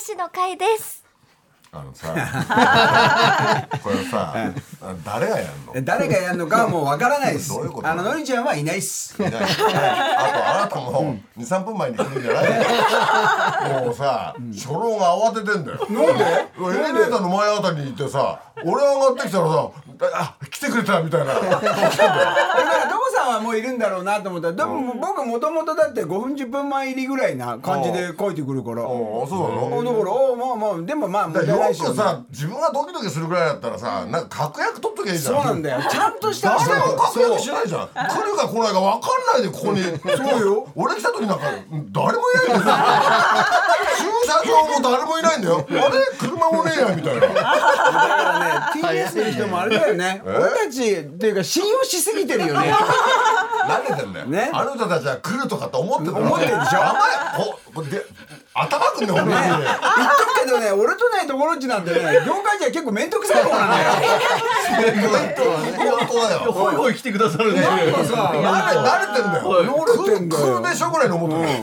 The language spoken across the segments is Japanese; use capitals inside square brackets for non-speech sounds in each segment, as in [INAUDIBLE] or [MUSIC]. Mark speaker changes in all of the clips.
Speaker 1: しの会です。
Speaker 2: あの
Speaker 3: [LAUGHS]
Speaker 2: さこれさ誰がやんのい
Speaker 3: 誰がやるのかはもうわからないです
Speaker 2: どういうこと
Speaker 3: あののりちゃんはいないっす
Speaker 2: ないあとあなたも23分前に来るんじゃないのもうさ初老が慌ててんだよ
Speaker 3: なんで
Speaker 2: エレベーターの前あたりにいてさ俺上がってきたらさあ来てくれたみたいな
Speaker 3: [LAUGHS] だからドモさんはもういるんだろうなと思ったらでも僕もともとだって5分10分前入りぐらいな感じで書いてくるからあ
Speaker 2: おそうな
Speaker 3: だか
Speaker 2: の
Speaker 3: らおまあまあでもま
Speaker 2: だ
Speaker 3: あ問題
Speaker 2: から
Speaker 3: ない
Speaker 2: よ
Speaker 3: でしょ
Speaker 2: く
Speaker 3: うね
Speaker 2: さ自分がドキドキするぐらいだったらさなんか確約取っときゃいいじゃ
Speaker 3: そ
Speaker 2: ん
Speaker 3: うなんだよちゃんとした
Speaker 2: 誰も確約
Speaker 3: そう
Speaker 2: しないじゃん来るか来ないか分かんないでここにそう
Speaker 3: よ
Speaker 2: 俺来た時なんか誰もいないんですよ駐車場も誰もいないんだよあれ車もねえやみたいな
Speaker 3: だからね TBS の人もあれだよね俺たちっていうか信用しすぎて
Speaker 2: [LAUGHS]
Speaker 3: るよね
Speaker 2: 慣れてんだよ、
Speaker 3: ね
Speaker 2: あの人たちは来るとかって思ってた
Speaker 3: 思ってるでしょ
Speaker 2: 甘いここで頭くんねほんとに
Speaker 3: 言っとくけどね俺とねところっちなんてね業界じゃ結構面倒くさい方なんだよ
Speaker 2: 本当だよ
Speaker 4: ほいほい来てくださるね。
Speaker 2: 慣れ慣れてんだよ
Speaker 3: 慣れてんだ
Speaker 2: 来
Speaker 3: よ
Speaker 2: るでしょぐらいの思ってる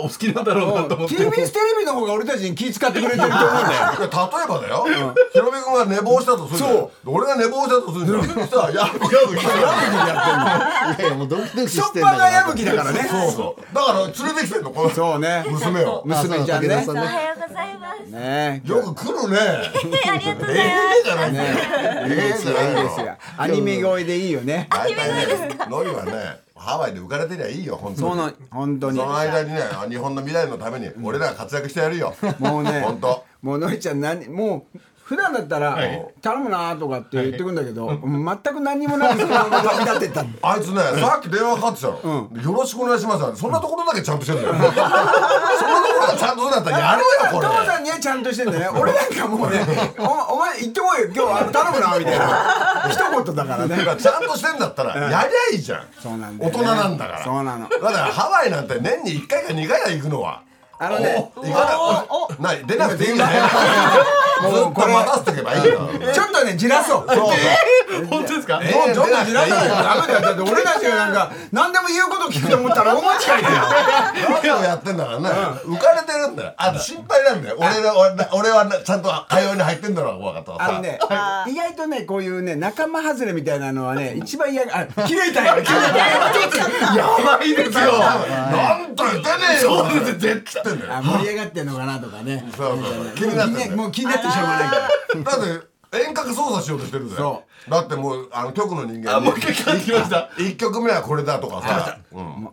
Speaker 4: お好きなんだろうなと思って。
Speaker 3: TBS テレビの方が俺たちに気使ってくれてると思うんだよ
Speaker 2: いや例えばだよ、ヒロミ君が寝坊したとするじゃん俺が寝坊したとするじゃんそしたらやぶきやぶき
Speaker 5: いやいやもうドキドキ
Speaker 3: ショ
Speaker 5: して
Speaker 3: ッ
Speaker 5: ん
Speaker 3: パ
Speaker 5: だ
Speaker 3: ーが
Speaker 5: か
Speaker 3: 矢
Speaker 5: ら
Speaker 3: 吹だからね
Speaker 2: そうそうだから連れてきてんのこの
Speaker 3: そうね
Speaker 2: 娘を
Speaker 3: 娘ちゃん
Speaker 5: あ
Speaker 3: ね
Speaker 5: そ
Speaker 1: お
Speaker 5: う
Speaker 1: は
Speaker 5: だ武
Speaker 1: ようございます。ね、
Speaker 3: ね
Speaker 2: よく来るね
Speaker 1: ありがとうございま
Speaker 2: ええじゃないねええじゃない
Speaker 3: いい
Speaker 2: よ
Speaker 3: ですよアニメ声でいいよね
Speaker 2: 大体ねノリはねハワイで浮かれてりゃいいよ本当
Speaker 3: そ
Speaker 2: に
Speaker 3: の本当
Speaker 2: そ
Speaker 3: に
Speaker 2: の間にね日本の未来のために俺らが活躍してやるよ
Speaker 3: もうね
Speaker 2: 本当
Speaker 3: もうのりちゃん何もう普段だったら「頼むな」とかって言ってくんだけど、全く何にもなくそのまま旅立ってったの
Speaker 2: あいつね、さっき電話かかってきたの、よろしくお願いしますなんてそんなところだけちゃんとしてるんだよそんなところがちゃんとするんだったらやるよこれ
Speaker 3: トモさんにはちゃんとしてんだね [LAUGHS] 俺なんかもうね「おお前行ってこいよ今日あの頼むな」みたい [LAUGHS] な一言だから
Speaker 2: だ
Speaker 3: ね
Speaker 2: からちゃんとしてんだったらやりゃいいじゃん,、
Speaker 3: そうなんだ
Speaker 2: 大
Speaker 3: よね
Speaker 2: 人なんだから
Speaker 3: そうなの
Speaker 2: だからハワイなんて年に1回か2回は行くのは
Speaker 3: あのね
Speaker 2: 行かなない出なくていいんだよず
Speaker 3: [LAUGHS] もう
Speaker 2: っと
Speaker 3: これ
Speaker 2: 待たせてけばいいんだから
Speaker 3: ちょっとねじら [LAUGHS] そう
Speaker 2: そう
Speaker 4: 本当ですか
Speaker 2: え
Speaker 3: ちょっとじらさないとダメだよだって俺たちがなんか何でも言うこと聞くと思ったら大間違いだよ
Speaker 2: ラジオやってんだからね、浮かれてるんだよあと心配なんだよ俺ら俺ら俺はなちゃんと会話に入ってんだろう分かった
Speaker 3: [LAUGHS] あのね、意外とねこういうね仲間外れみたいなのはね一番嫌があ切れたよ切れたよ [LAUGHS]
Speaker 4: やばいですよ。
Speaker 2: なんと言ってねえよ
Speaker 4: そうです絶
Speaker 2: 切ってんだよ
Speaker 3: あ盛り上がってんのかなとか [LAUGHS] ね
Speaker 2: そうそうそう気になってんだよ
Speaker 3: もう気になってしょうがないから
Speaker 2: だって遠隔操作しようとしてるぜ
Speaker 3: そ
Speaker 2: だってもうあの局の人間
Speaker 4: あ、
Speaker 2: に
Speaker 4: もう一回帰ってきました。
Speaker 2: 一曲目はこれだとかさうん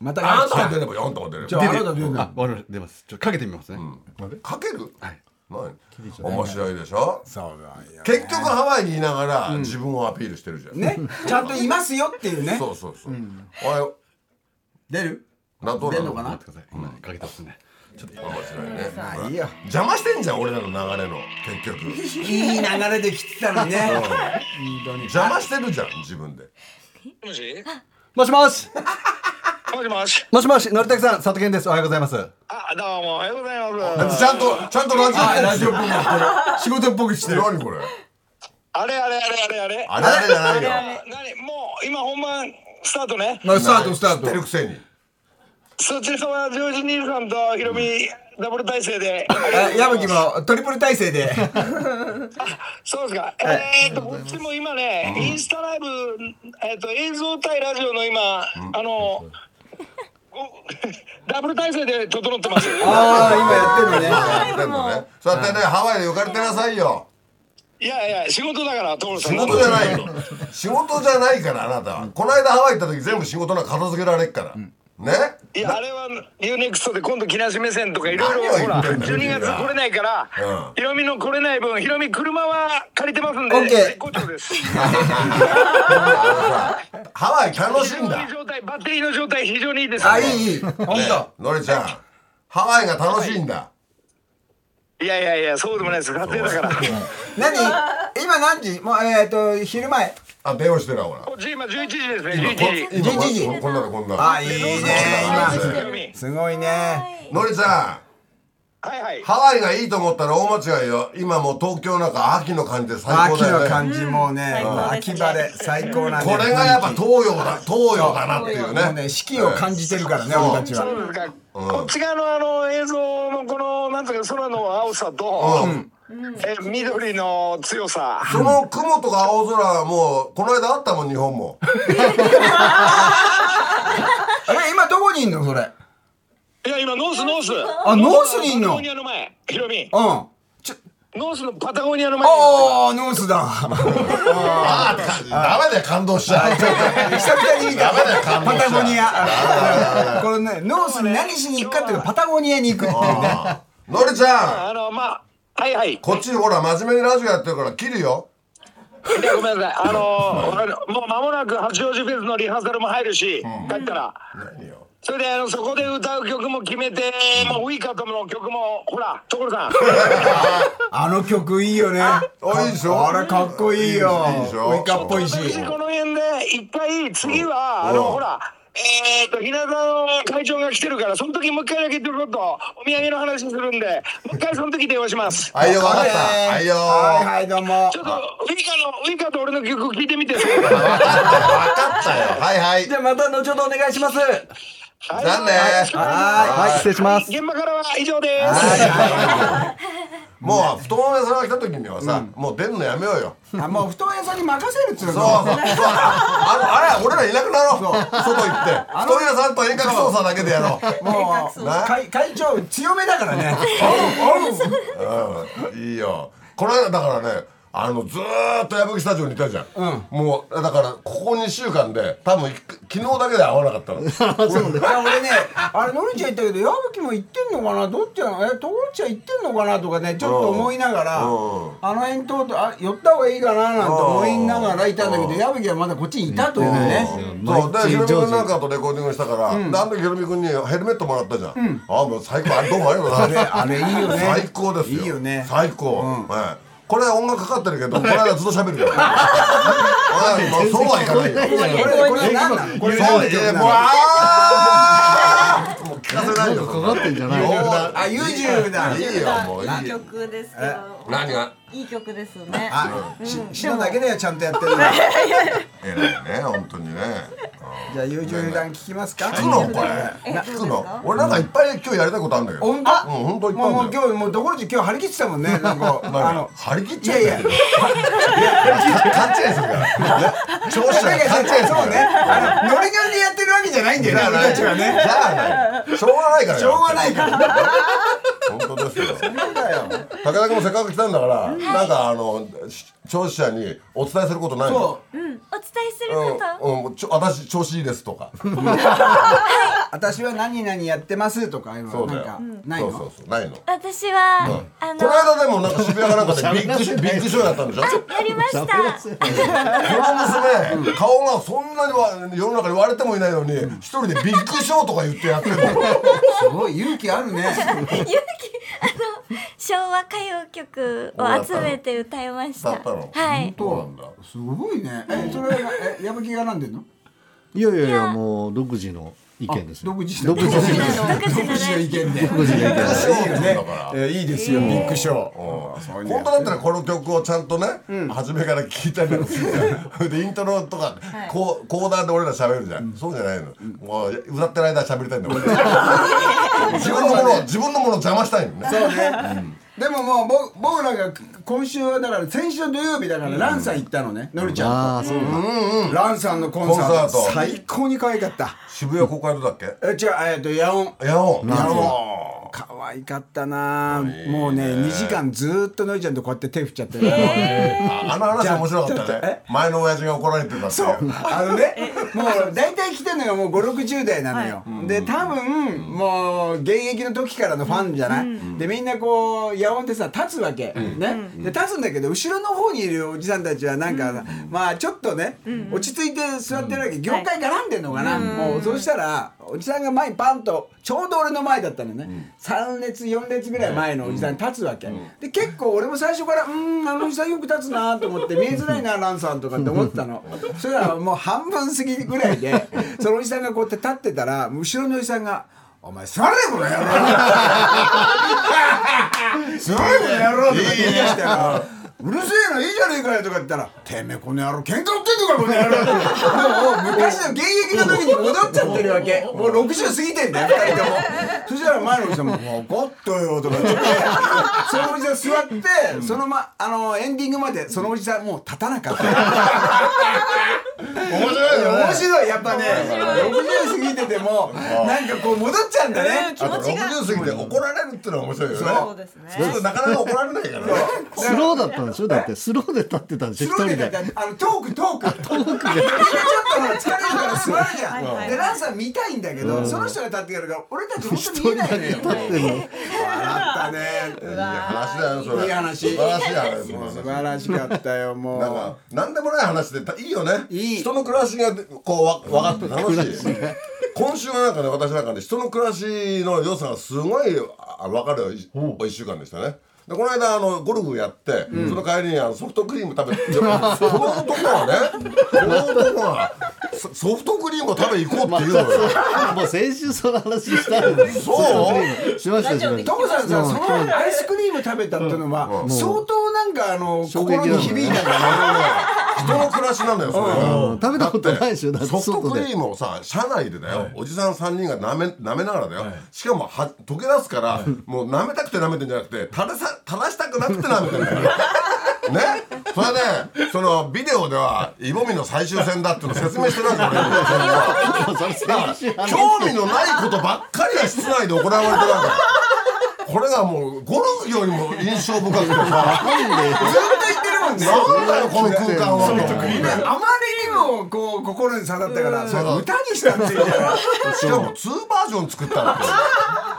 Speaker 3: また
Speaker 2: あ
Speaker 3: ガ
Speaker 2: ん
Speaker 3: ッ
Speaker 2: たが出
Speaker 3: ツ
Speaker 2: ればよあんたが出れば
Speaker 3: じゃああなた出る
Speaker 4: あ、わかりました出ます。ちょっとかけてみますね。
Speaker 2: かける何面白いでしょ
Speaker 3: そうだよ
Speaker 2: 結局ハワイにいながら自分をアピールしてるじゃん
Speaker 3: ねちゃんといますよっていうね
Speaker 2: そうそうそうおはよ
Speaker 3: 出る
Speaker 2: うなどう
Speaker 3: 出
Speaker 2: なん
Speaker 3: の
Speaker 2: の
Speaker 3: かな
Speaker 4: 待ってください。今かけてますね。
Speaker 2: 面白いね
Speaker 3: あいいよ
Speaker 2: 邪魔してんじゃん俺らの流れの結
Speaker 3: [LAUGHS] い
Speaker 2: 局
Speaker 3: い流れで来てたのに [LAUGHS] ね
Speaker 2: 邪魔してるじゃん自分で
Speaker 6: もし
Speaker 4: もしもし。
Speaker 6: もしもし。
Speaker 4: もしもし。のりたくさん、佐藤健です。おはようございます。
Speaker 6: あ、どうもおはようござい
Speaker 2: だっ
Speaker 6: ま
Speaker 2: て
Speaker 6: す。
Speaker 2: ちゃんとちゃんとラジオっぽ [LAUGHS] くしてる
Speaker 3: 仕事っぽくしてる
Speaker 2: 何これ
Speaker 6: あれあれあれあれあれ。
Speaker 2: あれあれじゃないよ
Speaker 6: なにもう今本番スタートね。
Speaker 3: まあスタートスター
Speaker 2: 知ってるくせに
Speaker 6: そちらはジョージ・ニールさんとヒロミダブル体制で。
Speaker 3: ト矢吹もトリプル体制で
Speaker 6: そうですか。えーっと、こっちも今ね、インスタライブ、えーっと、映像対ラジオの今、あの、ご [LAUGHS] ダブル体制で整ってます。
Speaker 3: ああ今やってるのね
Speaker 2: やってんのねそうやってねハワイで浮かれてなさいよ
Speaker 6: いやいや、仕事だから、所さ
Speaker 2: 仕
Speaker 6: ん。
Speaker 2: 事じゃないよ [LAUGHS] 仕事じゃないからあなたはこの間ハワイ行った時全部仕事なんか片付けられっから、ね
Speaker 6: いやあれは UNEXT で今度木梨目線とかいろいろ
Speaker 2: 何を
Speaker 6: ほ
Speaker 2: 言っ
Speaker 6: ら
Speaker 2: てんだよ
Speaker 6: 12月来れないから
Speaker 2: うん
Speaker 6: ヒロミの来れない分ヒロミ車は借りてますん
Speaker 3: オッケ
Speaker 6: で
Speaker 3: ー
Speaker 6: 絶好調です
Speaker 2: あのさハワイ楽しんだ、ね
Speaker 6: 非常に状態バッテリーの状態非常にいいです
Speaker 3: あいいいい本当
Speaker 2: のりちゃんハワイが楽しいんだ、
Speaker 6: いやいやいやそうでもないです撮影だから
Speaker 3: 何今何時もうえっと昼前
Speaker 2: あ電話してるわほら
Speaker 6: こっち今11時ですね
Speaker 2: 今
Speaker 6: 11
Speaker 2: こ
Speaker 6: 時
Speaker 2: 今こ
Speaker 3: 11時
Speaker 2: こんなのこんなの
Speaker 3: あいいね
Speaker 2: 今
Speaker 3: 今すごいね
Speaker 2: のりちゃ
Speaker 6: はいはい。
Speaker 2: ハワイがいいと思ったら大間違いよ。今もう東京なんか秋の感じで最高
Speaker 3: 秋
Speaker 2: だよね。
Speaker 3: の感じもうね、
Speaker 1: うん
Speaker 3: 秋晴れ最高なんで
Speaker 2: これがやっぱ東洋だ、東洋だなっていう
Speaker 3: もう
Speaker 2: ね。
Speaker 3: ね四季を感じてるからね
Speaker 2: そう
Speaker 3: 俺たち
Speaker 6: そう
Speaker 3: は
Speaker 6: ですか、こっち側のあの映像のこのなんていうか空の青さと、
Speaker 2: うん。
Speaker 6: え緑の強さ、
Speaker 2: その雲とか青空はもう、この間あったもん、日本も。
Speaker 3: え今どこにいんのそれ
Speaker 6: いや今ノースノース
Speaker 3: あノースにいん
Speaker 6: パ
Speaker 3: の
Speaker 6: タゴニアの前ヒロミ
Speaker 3: うんちょ
Speaker 6: ノースのパタゴニアの前
Speaker 3: ああノースだ
Speaker 2: [LAUGHS] ああ、ダメだよ、感動しちゃう。
Speaker 3: 久々に見た
Speaker 2: ダメだよ感動
Speaker 3: パ
Speaker 2: した
Speaker 3: タゴニアこのねノースに何しに行くかっていうとパタゴニアに行くっていうね
Speaker 2: ああのりちゃん、
Speaker 6: あのまあはいはい
Speaker 2: こっちほら、真面目にラジオやってるから切るよ。
Speaker 6: いやごめんなさいあのもう間もなく八王子フェスのリハーサルも入るし、帰ったら
Speaker 2: 何よ。
Speaker 6: それであのそこで歌う曲も決めて、もうウイカともの曲もほら所さん
Speaker 3: あの曲いいよねあ
Speaker 2: あいいでしょ
Speaker 3: あれかっこいいよ
Speaker 2: いいでしょ
Speaker 3: ウイカっぽいし
Speaker 6: 私この辺で一回次はあの
Speaker 2: うん
Speaker 6: ほらえー、と日向の会長が来てるからその時もう一回だけちょっとお土産の話するんでもう一回その時電話します
Speaker 2: あいよ、わかっ
Speaker 3: えー
Speaker 2: た。あいよ。
Speaker 3: はいはいどうも
Speaker 6: ちょっとウイカのウイカと俺の曲聞いてみて
Speaker 2: わかったよ。はいはい。
Speaker 3: じゃあまた後ほどお願いします
Speaker 2: じゃあね
Speaker 4: はい、失礼します。
Speaker 6: 現場からは以上です
Speaker 2: もう、太もも屋さんが来た時にはさ、もう出るのやめようよ。
Speaker 3: あもう布団屋さんに任せるっつう
Speaker 2: そう
Speaker 3: の
Speaker 2: そうそう。あのあれ、俺らいなくなろう。外行って。太も屋さんと遠隔操作だけでやろう。
Speaker 3: もう
Speaker 2: な
Speaker 3: 会会長強めだからね
Speaker 2: うんいいよこの間だからねあのずーっと矢吹スタジオにいたじゃん、もうだからここ2週間で多分い昨日だけで会わなかったの
Speaker 3: いや俺ねあれのりちゃん言ったけど矢吹も行ってんのかなどっちなのえところちゃん行ってんのかなとかねちょっと思いながらあ
Speaker 2: うんうん
Speaker 3: の辺通ってあ寄った方がいいかななんて思いながらいたんだけど矢吹はまだこっちにいたというね
Speaker 2: そうで
Speaker 5: 毎日
Speaker 2: ヒロミ君なんかとレコーディングしたから、であの時ヒロミ君にヘルメットもらったじゃん、あもう最高あれどうもありがとうございます
Speaker 3: あれあれいいよね
Speaker 2: 最高ですよ
Speaker 3: いいよね
Speaker 2: 最高、はいこれ音楽かかってるけどこの間ずっと喋る
Speaker 3: [LAUGHS]
Speaker 2: よはいもうそうはいかないよ
Speaker 3: これこれ何なの
Speaker 2: そう
Speaker 3: これ
Speaker 2: い
Speaker 3: 何の曲
Speaker 2: や
Speaker 3: な
Speaker 2: もう
Speaker 3: の
Speaker 2: あーもう聞かせない
Speaker 5: な
Speaker 2: よ
Speaker 5: んかかかってんじゃない
Speaker 3: あ優柔だ
Speaker 2: いいよもういい
Speaker 1: いい曲ですけど。
Speaker 2: 何が
Speaker 1: いい曲ですね。
Speaker 3: あししのだけだよちゃんとやってるの
Speaker 2: 偉いね本当にね
Speaker 3: じゃあ優柔油断聞きますか
Speaker 2: 聞くのこれ聞くの俺なんかいっぱい今日やりたいことあるんだけど
Speaker 3: 本当
Speaker 2: うん本当いっぱい
Speaker 3: もうも
Speaker 2: ある
Speaker 3: うん
Speaker 2: だ
Speaker 3: 今
Speaker 2: よ
Speaker 3: 日もうどころじ今日張り切ってたもんねなんかあの
Speaker 2: 張り切っ
Speaker 3: い
Speaker 2: ちゃ
Speaker 3: や
Speaker 2: う
Speaker 3: い
Speaker 2: ん
Speaker 3: や
Speaker 2: だけど勘違いするからね調子
Speaker 3: な
Speaker 2: が
Speaker 3: んか
Speaker 2: 勘違いする
Speaker 3: そうね
Speaker 2: から
Speaker 3: あのノリノリでやってるわけじゃないんだよね俺たちはね
Speaker 2: じゃあねしょうがないから
Speaker 3: しょうがないから
Speaker 2: 本当ですよ武田君もせっかく来たんだからなんかあのし聴取者にお伝えすることないの
Speaker 3: そう
Speaker 1: うん、お伝えすること。
Speaker 2: うんうんちょ私調子いいですとか
Speaker 3: 私は何々やってますとかいう
Speaker 2: そ
Speaker 3: の
Speaker 2: うだ
Speaker 3: な
Speaker 2: よ
Speaker 3: んかない
Speaker 2: そうそ
Speaker 3: の
Speaker 2: うそうないの
Speaker 1: 私は、あ
Speaker 2: こ
Speaker 1: の
Speaker 2: の。間でもなんか渋谷かなんかでビッグシビッグショーやったんでしょこ
Speaker 1: あやりました。
Speaker 2: の娘顔がそんなにわ世の中に割れてもいないのに一人でビッグショーとか言ってやってるの
Speaker 3: すごい勇気あるね
Speaker 1: 勇気、あの、昭和歌謡曲を集めて歌いました。
Speaker 2: だったの
Speaker 1: はい。
Speaker 2: そうなんだ
Speaker 3: すごいねえそれはえ矢吹がなんでんの
Speaker 5: いやいやいやもう独自の意見ですよ
Speaker 3: 独自
Speaker 5: 独自
Speaker 1: 独自
Speaker 5: の
Speaker 1: なの。独自
Speaker 3: 独自
Speaker 1: な
Speaker 3: の
Speaker 1: の
Speaker 3: 意見で
Speaker 5: 独自の意見
Speaker 2: ビッグショーって言うんだから
Speaker 3: えいいですよビッグショーそういうのや
Speaker 2: 本当だったらこの曲をちゃんとね、初めから聴いたりとかするじゃんそれでイントロとか、こうコーナーで俺ら喋るじゃん、そうじゃないの、もう歌ってる間は喋りたいんだ俺 [LAUGHS] 自分のものを自分のものを邪魔したいのね
Speaker 3: そうね。でももう僕僕らが今週はだから先週の土曜日だからランさん行ったのね、のりち
Speaker 5: あ
Speaker 3: ゃ
Speaker 5: あ
Speaker 3: ん
Speaker 5: そ
Speaker 3: と、
Speaker 5: う
Speaker 3: うんうん、ランさんのコンサート
Speaker 2: コンサート
Speaker 3: 最高に可愛かった
Speaker 2: 渋谷公会堂だっけ
Speaker 3: え違うえっとヤオン
Speaker 2: やろうや
Speaker 3: ろ可愛かったなもうね2時間ずーっとのりちゃんとこうやって手振っちゃってる、
Speaker 2: ああの話面白かったね前の親父が怒られてたっていう
Speaker 3: そう [LAUGHS] あのねもう大体来てるのがもう560代なのよ、で多分もう現役の時からのファンじゃない、でみんなこう野音ってさ立つわけ、ねで立つんだけど後ろの方にいるおじさんたちはなんか、まあちょっとね、落ち着いて座ってるわけ業界絡んでんのかな、もうそうしたらおじさんが前にパンとちょうど俺の前だったのね、3列4列ぐらい前のおじさんに立つわけ、で結構俺も最初からうーんあのおじさんよく立つなと思って見えづらいなランさんとかって思ってたのそしたらもう半分過ぎぐらいでそのおじさんがこうやって立ってたら後ろのおじさんが「お前座れこの野郎座れこの野郎とか言い出してようるせえないいじゃねえかよとか言ったら「てめえこの野郎喧嘩売ってんのかこの野郎」もう昔の現役の時に戻っちゃってるわ
Speaker 2: [LAUGHS]
Speaker 3: けもう60過ぎてんだよ2人ともそしたら前のおじさんも「分かったよ」とか言ってそのおじさん座ってその,、ま、あのエンディングまでそのおじさんもう立たなかった
Speaker 2: [LAUGHS] 面白いよね
Speaker 3: 面白いやっぱね60過ぎててもなんかこう戻っちゃうんだね
Speaker 2: あと60過ぎて怒られるってのは面白いよね
Speaker 7: そうですね
Speaker 2: そうなかなか怒られないからね
Speaker 5: スローだったんでしょだってスローで立ってたんでしょ
Speaker 3: ス
Speaker 5: 一
Speaker 3: ロー
Speaker 5: 人
Speaker 3: でだっ
Speaker 5: で
Speaker 3: てあのトークトークトークでちょっとほら疲れるから座るじゃん、でランさん見たいんだけど、その人が立ってくるから俺たち本当見えないのよ
Speaker 5: 立ってんの
Speaker 3: 笑ったね
Speaker 2: いい話だよそれ
Speaker 3: いい
Speaker 2: 素
Speaker 3: 話
Speaker 2: 晴らしい話もう
Speaker 3: 素晴らしかったよもう
Speaker 2: なんか何でもない話でたいいよね
Speaker 3: いい
Speaker 2: 人の暮らしがこうわ分かって楽しい今週はなんかね私なんかね人の暮らしの良さがすごいあ分かるよ1週間でしたねでこの間あのゴルフやって、その帰りにあのソフトクリーム食べてこの男はねこの男はソソフトクリームを食べ行こうって言うのよ
Speaker 5: もう先週その話したのに
Speaker 2: そう
Speaker 5: しましたしました
Speaker 3: トコさんさそのアイスクリーム食べたっていうのは相当なんかあの
Speaker 5: 衝撃だ
Speaker 3: 心に響いたんだね
Speaker 2: あのね人の暮らしなんだよそれ
Speaker 5: う
Speaker 2: は
Speaker 5: ん食べたことないでしょだって
Speaker 2: ソフト
Speaker 5: 外
Speaker 2: ク
Speaker 5: で
Speaker 2: リームをさ車内でだよ、おじさん3人が舐め舐めながらだよ、しかもは溶け出すから、もう舐めたくて舐めてんじゃなくて垂れさ垂らしたくなくて舐めてんだよねそれでそのビデオではイボミの最終戦だっていうの説明してないじゃん
Speaker 5: もうそれ先週話
Speaker 2: 興味のないことばっかりが室内で行われてるわけこれがもうゴルフよりも印象深くてさ
Speaker 3: ずっと言ってるもんね
Speaker 2: なんだよこの空間はと思って
Speaker 3: あまりにもこう心に刺さったからそれ歌にしたっていうじゃない
Speaker 2: しかも2バージョン作ったのって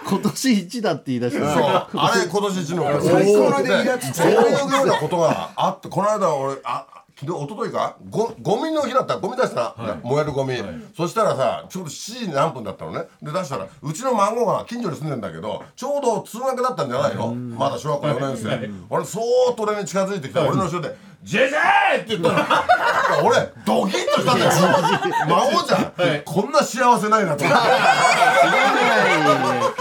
Speaker 5: 今年一だって言い出し
Speaker 2: そう
Speaker 5: た。
Speaker 2: あれ今年一の
Speaker 3: 最高の出来だっつって
Speaker 2: そういうようなことがあってこの間俺あ昨日一昨日かごゴミの日だったゴミ出した、燃えるゴミ、そしたらさちょうど7時何分だったのねで出したらうちの孫が近所に住んでんだけどちょうど通学だったんじゃないの、まだ小学校4年生、俺そーっと俺に近づいてきた、俺の後ろで「ジェジェー!」って言ったら俺ドキッとしたんだよ孫じゃん、こんな幸せないなと思って。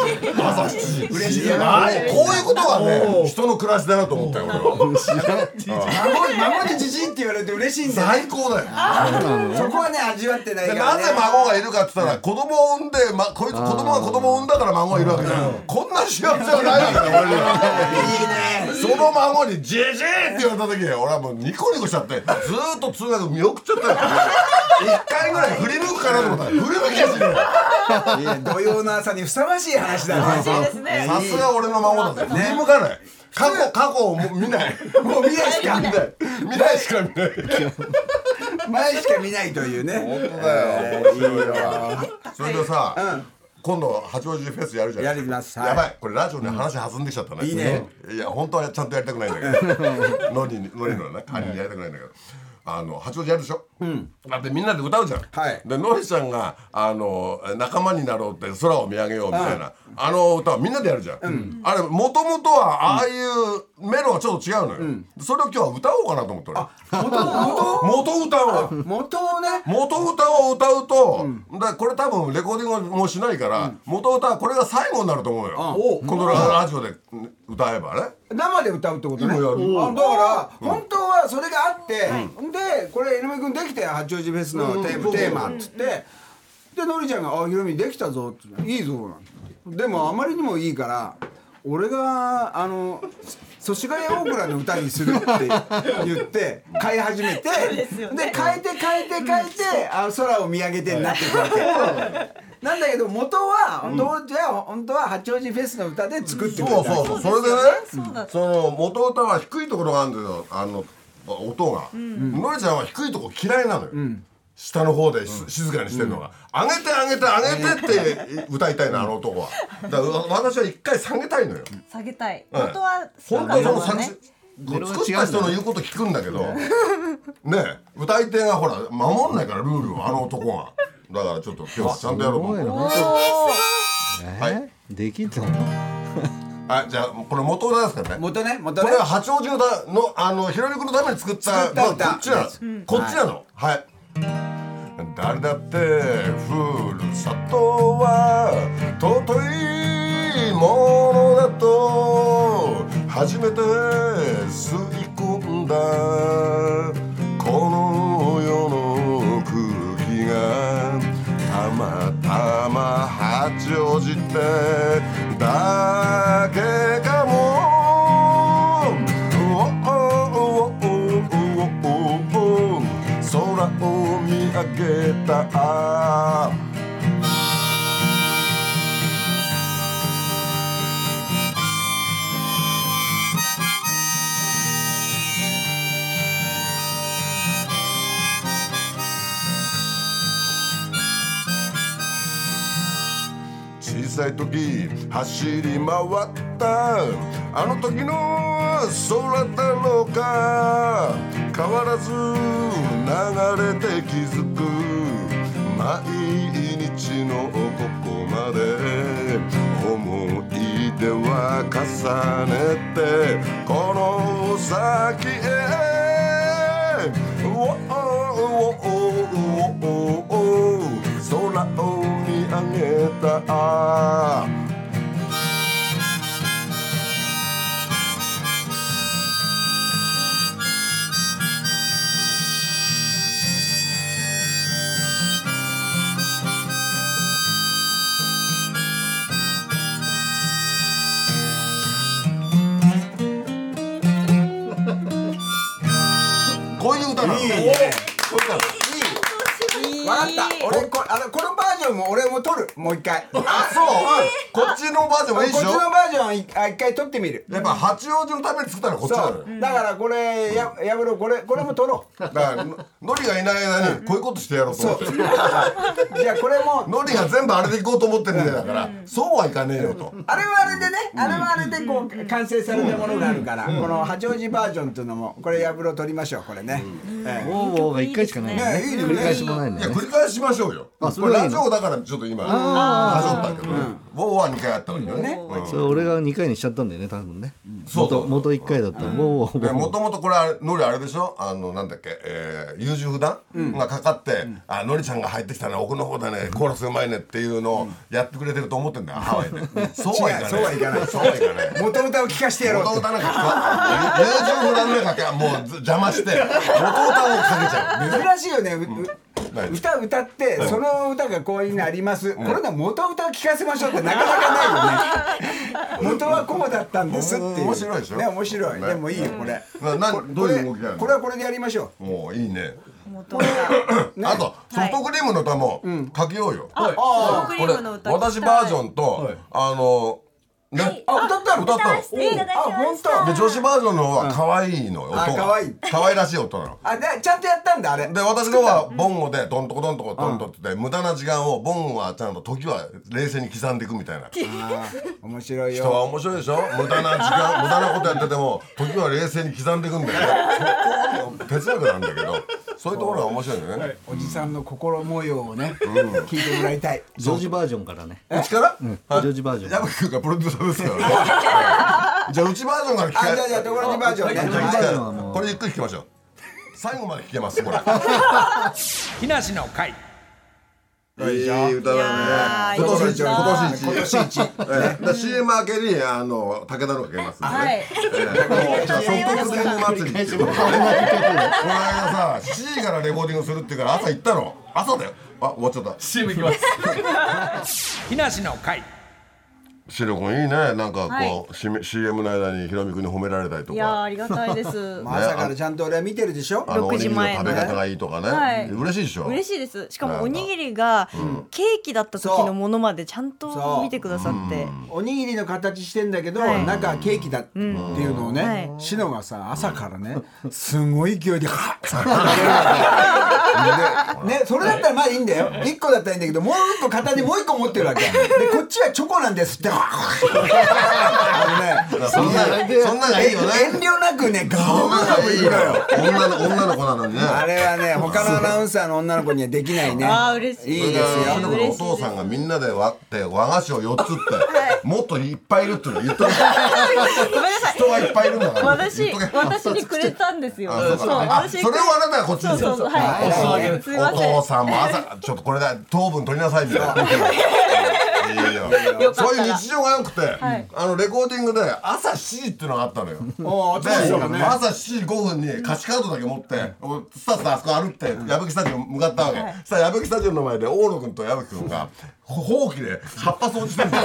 Speaker 2: 朝7時嬉しいなこういうことがね人の暮らしだなと思ったよ俺は
Speaker 3: 孫に孫にじじいって言われて嬉しいんだよ
Speaker 2: 最高だよ
Speaker 3: そこはね味わってない
Speaker 2: で
Speaker 3: から
Speaker 2: な
Speaker 3: ね
Speaker 2: ぜ孫がいるかって言ったら子供を産んで、ま、こいつ子供が子供を産んだから孫がいるわけじゃんこんな幸せはないわけだよ俺にはその孫に「ジェジェ!」って言われた時俺はもうニコニコしちゃってずーっと通学見送っちゃったよ1回ぐらい振り向くかなと思ったら振り向きやしね
Speaker 3: いや土曜の朝にふさわしい話だね
Speaker 7: そうです
Speaker 2: え
Speaker 7: ね。
Speaker 2: さすが俺の孫だぜ振り向かない過去過去をもう見ない
Speaker 3: もう見ないしか
Speaker 2: 見ない [LAUGHS] 見ないしか見ない
Speaker 3: 前しか見ないというね
Speaker 2: そうだよ面白いわそれでさ、今度八王子フェスやるじゃん
Speaker 3: やりますはい
Speaker 2: やばいこれラジオに話弾んできちゃったね、
Speaker 3: いいね
Speaker 2: いや本当はちゃんとやりたくないんだけ
Speaker 3: [LAUGHS]
Speaker 2: どノリにノリのね仮にやりたくないんだけど、あの八王子やるでしょ、だってみんなで歌うじゃん、
Speaker 3: はい
Speaker 2: でノリちゃんがあの仲間になろうって空を見上げようみたいな、あの歌はみんなでやるじゃん、あれもともとはああいうメロはちょっと違うのよ、それを今日は歌おうかなと思って俺元歌を
Speaker 3: 元をね
Speaker 2: 元歌を歌うと、だこれ多分レコーディングもしないから、元歌はこれが最後になると思うよ、
Speaker 3: お
Speaker 2: このラジオで歌えばね、
Speaker 3: 生で歌うってことねあ
Speaker 2: 今
Speaker 3: だ
Speaker 2: や
Speaker 3: か
Speaker 2: る
Speaker 3: ら本当はそれがあってでこれ井上君できたよ八王子フェスのテーマテーマっつってでのりちゃんが「あひろみできたぞ」って「いいぞ」なんてでもあまりにもいいから俺があの祖師ヶ谷大蔵の歌にす
Speaker 2: [LAUGHS]
Speaker 3: るって言って変え始めて
Speaker 7: ですよね
Speaker 3: で変えて変えて変えてあ空を見上げてになってくわけ。なんだけど元は本当じゃあ本当は八王子フェスの歌で作ってくれ
Speaker 2: そ
Speaker 3: た
Speaker 2: うそうそうそれでねその元歌は低いところがあるんだよあの音が、のりちゃんは低いとこ嫌いなのよ、下の方でし、静かにしてるのが、上げて上げて上げてって歌いたいのあの男はだから私は一回下げたいのよ
Speaker 7: 下げたい。
Speaker 2: はい
Speaker 7: 元は
Speaker 2: 本当
Speaker 7: だ
Speaker 2: はその
Speaker 7: もん
Speaker 2: 作
Speaker 7: ね
Speaker 2: 詞。作った人の言うこと聞くんだけど、 [LAUGHS] ねえ、歌い手がほら、守んないから、ルールを、あの男が。だからちょっと今日はちゃんとやろうと思
Speaker 5: すごいな
Speaker 2: う。
Speaker 5: 本当
Speaker 2: は
Speaker 5: えできたの
Speaker 2: はい、じゃあ、これ元歌ですからね。
Speaker 3: 元ね元
Speaker 2: こ
Speaker 3: ね
Speaker 2: れは八王子のだの、あの、ひろりくんのために作った、
Speaker 3: 作った
Speaker 2: こ
Speaker 3: 歌
Speaker 2: っちなの。こっちなの。はい。誰だってふるさとは尊いべて吸い込んだこの世の空気がたまたま八王子ってだけかも空を見上げた小さい時走り回ったあの時の空だろうか変わらず流れて気づく毎日のここまで思い出は重ねてこの先へ「おおおおおお空を見上げた」こういう歌なの。こういう歌なの
Speaker 3: わかった俺こあのこのバージョンも俺も撮るもう一回こっ
Speaker 2: あ、そう。こっちのバージョンもいいで
Speaker 3: ち
Speaker 2: しょ
Speaker 3: の。バージョンいあ一回撮ってみる
Speaker 2: やっぱ八王子のために作ったのはこっち
Speaker 3: そ
Speaker 2: なのよ
Speaker 3: う。だからこれややぶろうこれこれも撮ろ
Speaker 2: [LAUGHS]
Speaker 3: う
Speaker 2: だからのノリがいない間にこういうことしてやろうと思って
Speaker 3: じゃあこれも
Speaker 2: ノリが全部あれでいこうと思ってるんだからそうはいかねえよと
Speaker 3: あれはあれでね、あれはあれでこう完成されたものがあるから、この八王子バージョンっていうのも、これ破ろう取りましょう、これね。ええ
Speaker 5: ウォーウォーが一回しかないのね。
Speaker 3: ねいいね
Speaker 5: 繰り返しもないの
Speaker 2: いや
Speaker 5: ね。
Speaker 2: 繰り返しましょうよ
Speaker 5: あ
Speaker 2: こ
Speaker 5: そ
Speaker 2: れ
Speaker 5: れはい
Speaker 2: ラ
Speaker 5: い
Speaker 2: ジ
Speaker 5: の
Speaker 2: オだからちょっと今はしょったけどねウォーは2回やったのにね
Speaker 3: ね
Speaker 5: それ俺が二回にしちゃったんだよね、多分ね。
Speaker 2: そう
Speaker 5: 元元一回だったら。もう
Speaker 2: もともとこれあれノリあれでしょあのなんだっけ、えー優柔不断、がかかって「あノリちゃんが入ってきたね奥の方だねコーラスうまいね」っていうのをやってくれてると思ってんだよハワイでそうはいかない
Speaker 3: そうはいかない
Speaker 2: そうはいかない
Speaker 3: 元歌を聞かしてやろう
Speaker 2: 元
Speaker 3: と。
Speaker 2: 歌なんか友情の段目かけもう邪魔して元歌をかけちゃう
Speaker 3: 珍しいよね、うう
Speaker 2: 何
Speaker 3: 歌歌って、その歌がこういうのあります、これの元歌を聞かせましょうってなかなかないよね。元はこうだったんですっていう。
Speaker 2: 面白いでしょ
Speaker 3: ね、面白い。
Speaker 2: ね
Speaker 3: でもいいよ、これ。
Speaker 2: なな
Speaker 3: こ
Speaker 2: どういう動きなの
Speaker 3: これこれはこれでやりましょ
Speaker 2: もういいね
Speaker 1: 元が
Speaker 2: あとソフトクリームの歌もかけようよ、
Speaker 1: ソフトクリ
Speaker 2: こ
Speaker 1: ームの歌
Speaker 2: れ私バージョンと、あのね、
Speaker 3: う。あ、歌ったの
Speaker 2: 歌ったの
Speaker 1: 出していただき
Speaker 3: あ
Speaker 1: ま
Speaker 3: 本
Speaker 1: し
Speaker 3: 当
Speaker 1: た
Speaker 2: で女子バージョンの方は可愛いのよ音
Speaker 3: あ
Speaker 2: が
Speaker 3: 可愛い
Speaker 2: 可愛らしい音なの
Speaker 3: あ、でちゃんとやったんだ、あれ。
Speaker 2: で私の方はボンゴでどんとこどんとこどんとって言って無駄な時間をボンゴはちゃんと時は冷静に刻んでいくみたいな
Speaker 3: 面白い
Speaker 2: 人は
Speaker 3: よ。
Speaker 2: 面白いでしょ無駄な時間無駄なことやってても時は冷静に刻んでいくんだけどそこは哲学なんだけどそういうところが面白いよね
Speaker 3: おじさんの心模様をね、聞いてもらいたい。
Speaker 5: ジョージバージョンからね。
Speaker 2: うちから
Speaker 5: ジョージバージョ
Speaker 2: 矢
Speaker 5: ン。
Speaker 2: 吹君がプロデューサーですからねじゃあうちバージョンから聞か
Speaker 3: あじゃあじゃあところにバージョンね
Speaker 2: じゃあ聞
Speaker 5: はい
Speaker 2: きたい
Speaker 5: バージョンはもう
Speaker 2: これゆっくり聞きましょう最後まで聞けます
Speaker 3: [LAUGHS]
Speaker 2: これ
Speaker 7: 木梨の会
Speaker 2: いい歌だね今
Speaker 3: いや
Speaker 2: 年
Speaker 3: ー
Speaker 2: 一
Speaker 3: いい
Speaker 2: 今年一
Speaker 3: 今年一
Speaker 2: ええだ CM 明けにあの武田のかけますんでねええじゃあソフトクリーム祭りっていうのがねこの間さ7時からレコーディングするっていうから朝行ったの朝だよあ終わっちゃった
Speaker 7: CM いきます
Speaker 2: [LAUGHS]
Speaker 7: 木梨の会
Speaker 2: シロ君いいねなんかこう、しめ CM の間にヒロミ君に褒められたりと
Speaker 8: いやー
Speaker 2: か
Speaker 8: ありがたいです。
Speaker 3: まあ朝からちゃんと俺は見てるでしょ
Speaker 2: あのお
Speaker 8: 6
Speaker 2: にぎ
Speaker 8: 時
Speaker 2: りの
Speaker 8: 前
Speaker 2: 食べ方がいいとかね、
Speaker 8: はい
Speaker 2: 嬉しいでしょ
Speaker 8: 嬉しいです。しかもおにぎりがケーキだった時のものまでちゃんと見てくださって。
Speaker 3: おにぎりの形してんだけど、
Speaker 8: はい
Speaker 3: 中はケーキだっていうのをね、
Speaker 8: はい
Speaker 3: シノがさ朝からねすごい勢いでハッでねそれだったらまあいいんだよ一個だったらいいんだけどもう一個片手にもう一個持ってるわけでこっちはチョコなんですってあのね
Speaker 2: そんなそんなのがいいよね
Speaker 3: 遠慮なくねガ
Speaker 2: そ
Speaker 3: オ
Speaker 2: んなの
Speaker 3: ガオ
Speaker 2: がい
Speaker 3: い
Speaker 2: い
Speaker 3: く
Speaker 2: よ
Speaker 3: のよ
Speaker 2: 女の女の子なのにね
Speaker 3: あれはね他のアナウンサーの女の子にはできないね
Speaker 8: あー嬉しい
Speaker 3: いいですよ
Speaker 2: それからお父さんがみんなで割って和菓子を4つってもっといっぱいいるっていうの言っと
Speaker 8: [LAUGHS]
Speaker 2: る
Speaker 8: ごめんなさい。
Speaker 2: 人がいっぱいいるんだから
Speaker 8: 私
Speaker 2: 言っとけ
Speaker 8: 私にくれたんですよ。
Speaker 2: あそうかあ
Speaker 8: 私
Speaker 2: それ
Speaker 8: にく
Speaker 2: を
Speaker 8: れ
Speaker 2: あなたがこっち
Speaker 8: そう
Speaker 2: に
Speaker 8: そうそうはい。すいま
Speaker 2: お
Speaker 8: せん
Speaker 2: 父。さんも朝ちょっとこれだ糖分取りなさいみたいないやいやそういう日常がなくて、あのレコーディングで朝7時っていうのがあったのよ。
Speaker 3: ああ、
Speaker 2: で、
Speaker 3: そうだね。
Speaker 2: 朝7時5分に歌詞カードだけ持って、俺スタスタあそこ歩いて矢吹スタジオ向かったわけ、そしたら矢吹スタジオの前で大野君と矢吹君がほほうきで葉っぱ掃除してんだよ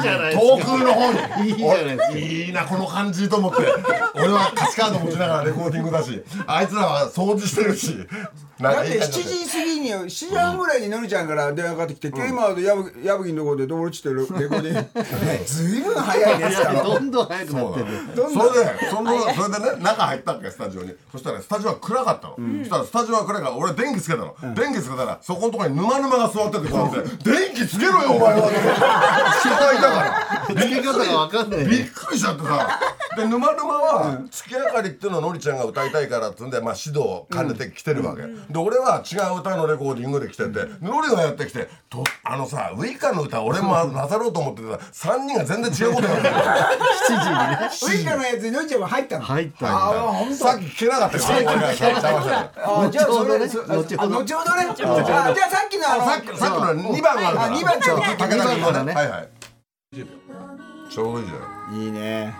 Speaker 9: じゃない
Speaker 2: 遠くの方にいい
Speaker 9: じゃないですか
Speaker 2: いいなこの感じと思って俺は歌詞カード持ちながらレコーディングだしあいつらは掃除してるしなん
Speaker 3: だ
Speaker 2: か
Speaker 3: っ
Speaker 2: いい
Speaker 3: て
Speaker 2: 感じ
Speaker 3: 7
Speaker 2: だった
Speaker 3: 時過ぎに7時半ぐらいにのりちゃんから電話かかってきて「今今矢吹矢吹のところでどう落ちてるレコーディング」ずいぶん早いですから
Speaker 5: どんどん早くなってる。
Speaker 2: それでそのそれでね中入ったわけスタジオにそしたらスタジオは暗かったの、そしたらスタジオは暗いから俺電気つけたの、電気つけたらそこのとこに沼沼が座っててこうやって「電気つけろよお前は」って人がいたから
Speaker 9: つけ方がわかんない
Speaker 2: びっくりしちゃってさで沼沼は「月明かり」っていうのをのりちゃんが歌いたいからっつうんで、まあ、指導を兼ねてきてるわけ、で俺は違う歌のレコーディングで来てて、のりがやってきて「とあのさウイカの歌俺もなさろうと思ってたら3人が全然違うことやって
Speaker 5: [LAUGHS]
Speaker 2: る
Speaker 3: ウイカのやつにのりちゃんも入ったの
Speaker 5: 入った
Speaker 3: あ
Speaker 5: の。
Speaker 3: あ本当
Speaker 2: さっき聞けなかったよ。俺がさ騙してた
Speaker 3: あじゃあ
Speaker 5: 後ほ
Speaker 3: それ
Speaker 5: どね
Speaker 3: そあ後
Speaker 5: 後
Speaker 3: ほ
Speaker 5: ほ
Speaker 3: ど
Speaker 5: ど
Speaker 3: ねあじゃあさっきのあの
Speaker 2: さっきさっきの二番があるから。
Speaker 3: あ二番
Speaker 2: ちょっと
Speaker 3: 二番
Speaker 2: 武田君
Speaker 5: から
Speaker 2: ね。
Speaker 5: ね
Speaker 2: はいはい。ちょうどいいじゃない。
Speaker 3: いいね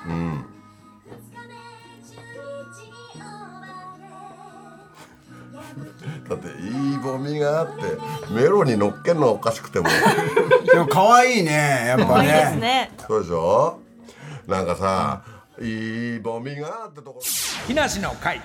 Speaker 2: だっていいボミがあってメロに乗っけんのはおかしくても。
Speaker 3: でも可愛いねやっぱ
Speaker 8: いいです
Speaker 3: ね
Speaker 8: ね。
Speaker 2: そうでしょ。なんかさ、いいボミがあってとこ。
Speaker 7: 木梨の会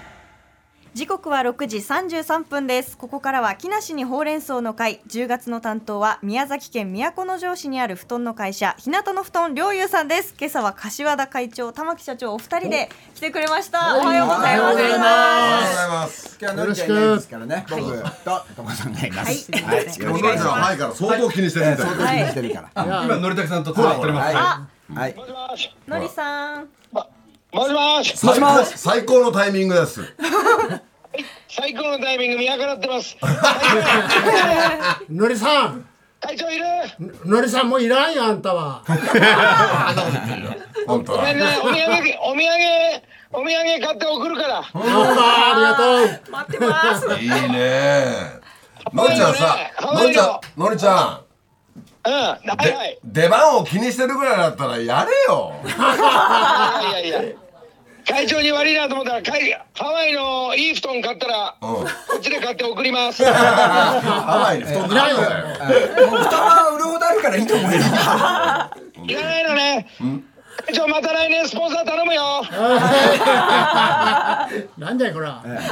Speaker 8: 時刻は6時33分ですここからは木梨にほうれん草の会10月の担当は宮崎県都城市にある布団の会社日向の布団良友さんです今朝は柏田会長玉木社長お二人で来てくれましたおはようございま
Speaker 2: お
Speaker 3: おはようご
Speaker 8: す
Speaker 2: はようございます。
Speaker 3: 今日はのりちゃんいないですからね僕とともさんがいます
Speaker 8: はい
Speaker 3: はい
Speaker 2: でものりちゃんははいから相当気にしてるみたい。
Speaker 3: 相当気にしてるから
Speaker 9: 今のりたけさんとつながっております
Speaker 3: ははい
Speaker 6: もしもし。
Speaker 8: のりさん
Speaker 6: もしもし。
Speaker 2: 最高最高のタイミングです。
Speaker 6: 最高のタイミング見計らってます。
Speaker 9: のりさん
Speaker 6: 会長いる。
Speaker 9: のりさんもういらんよあんたは
Speaker 2: 本当
Speaker 6: ごめん
Speaker 2: は。
Speaker 6: ね。お土産、お土産、お土産買って送るから。
Speaker 9: ありがとう
Speaker 8: 待ってます
Speaker 2: いいね。のりちゃんさ、のりちゃん、のりちゃん。
Speaker 6: うん。はいはい。
Speaker 2: 出番を気にしてるぐらいだったらやれよ
Speaker 6: いやいやいや。会長に悪いなと思ったら、かいハワイのいい布団買ったら、こっちで買って送ります。
Speaker 2: ハワイに布団ないのだよ
Speaker 3: もう蓋は売るほどあるからいいと思うよ
Speaker 6: いらないのね。会長また来年スポンサー頼むよ。
Speaker 9: なんだよこら
Speaker 3: ち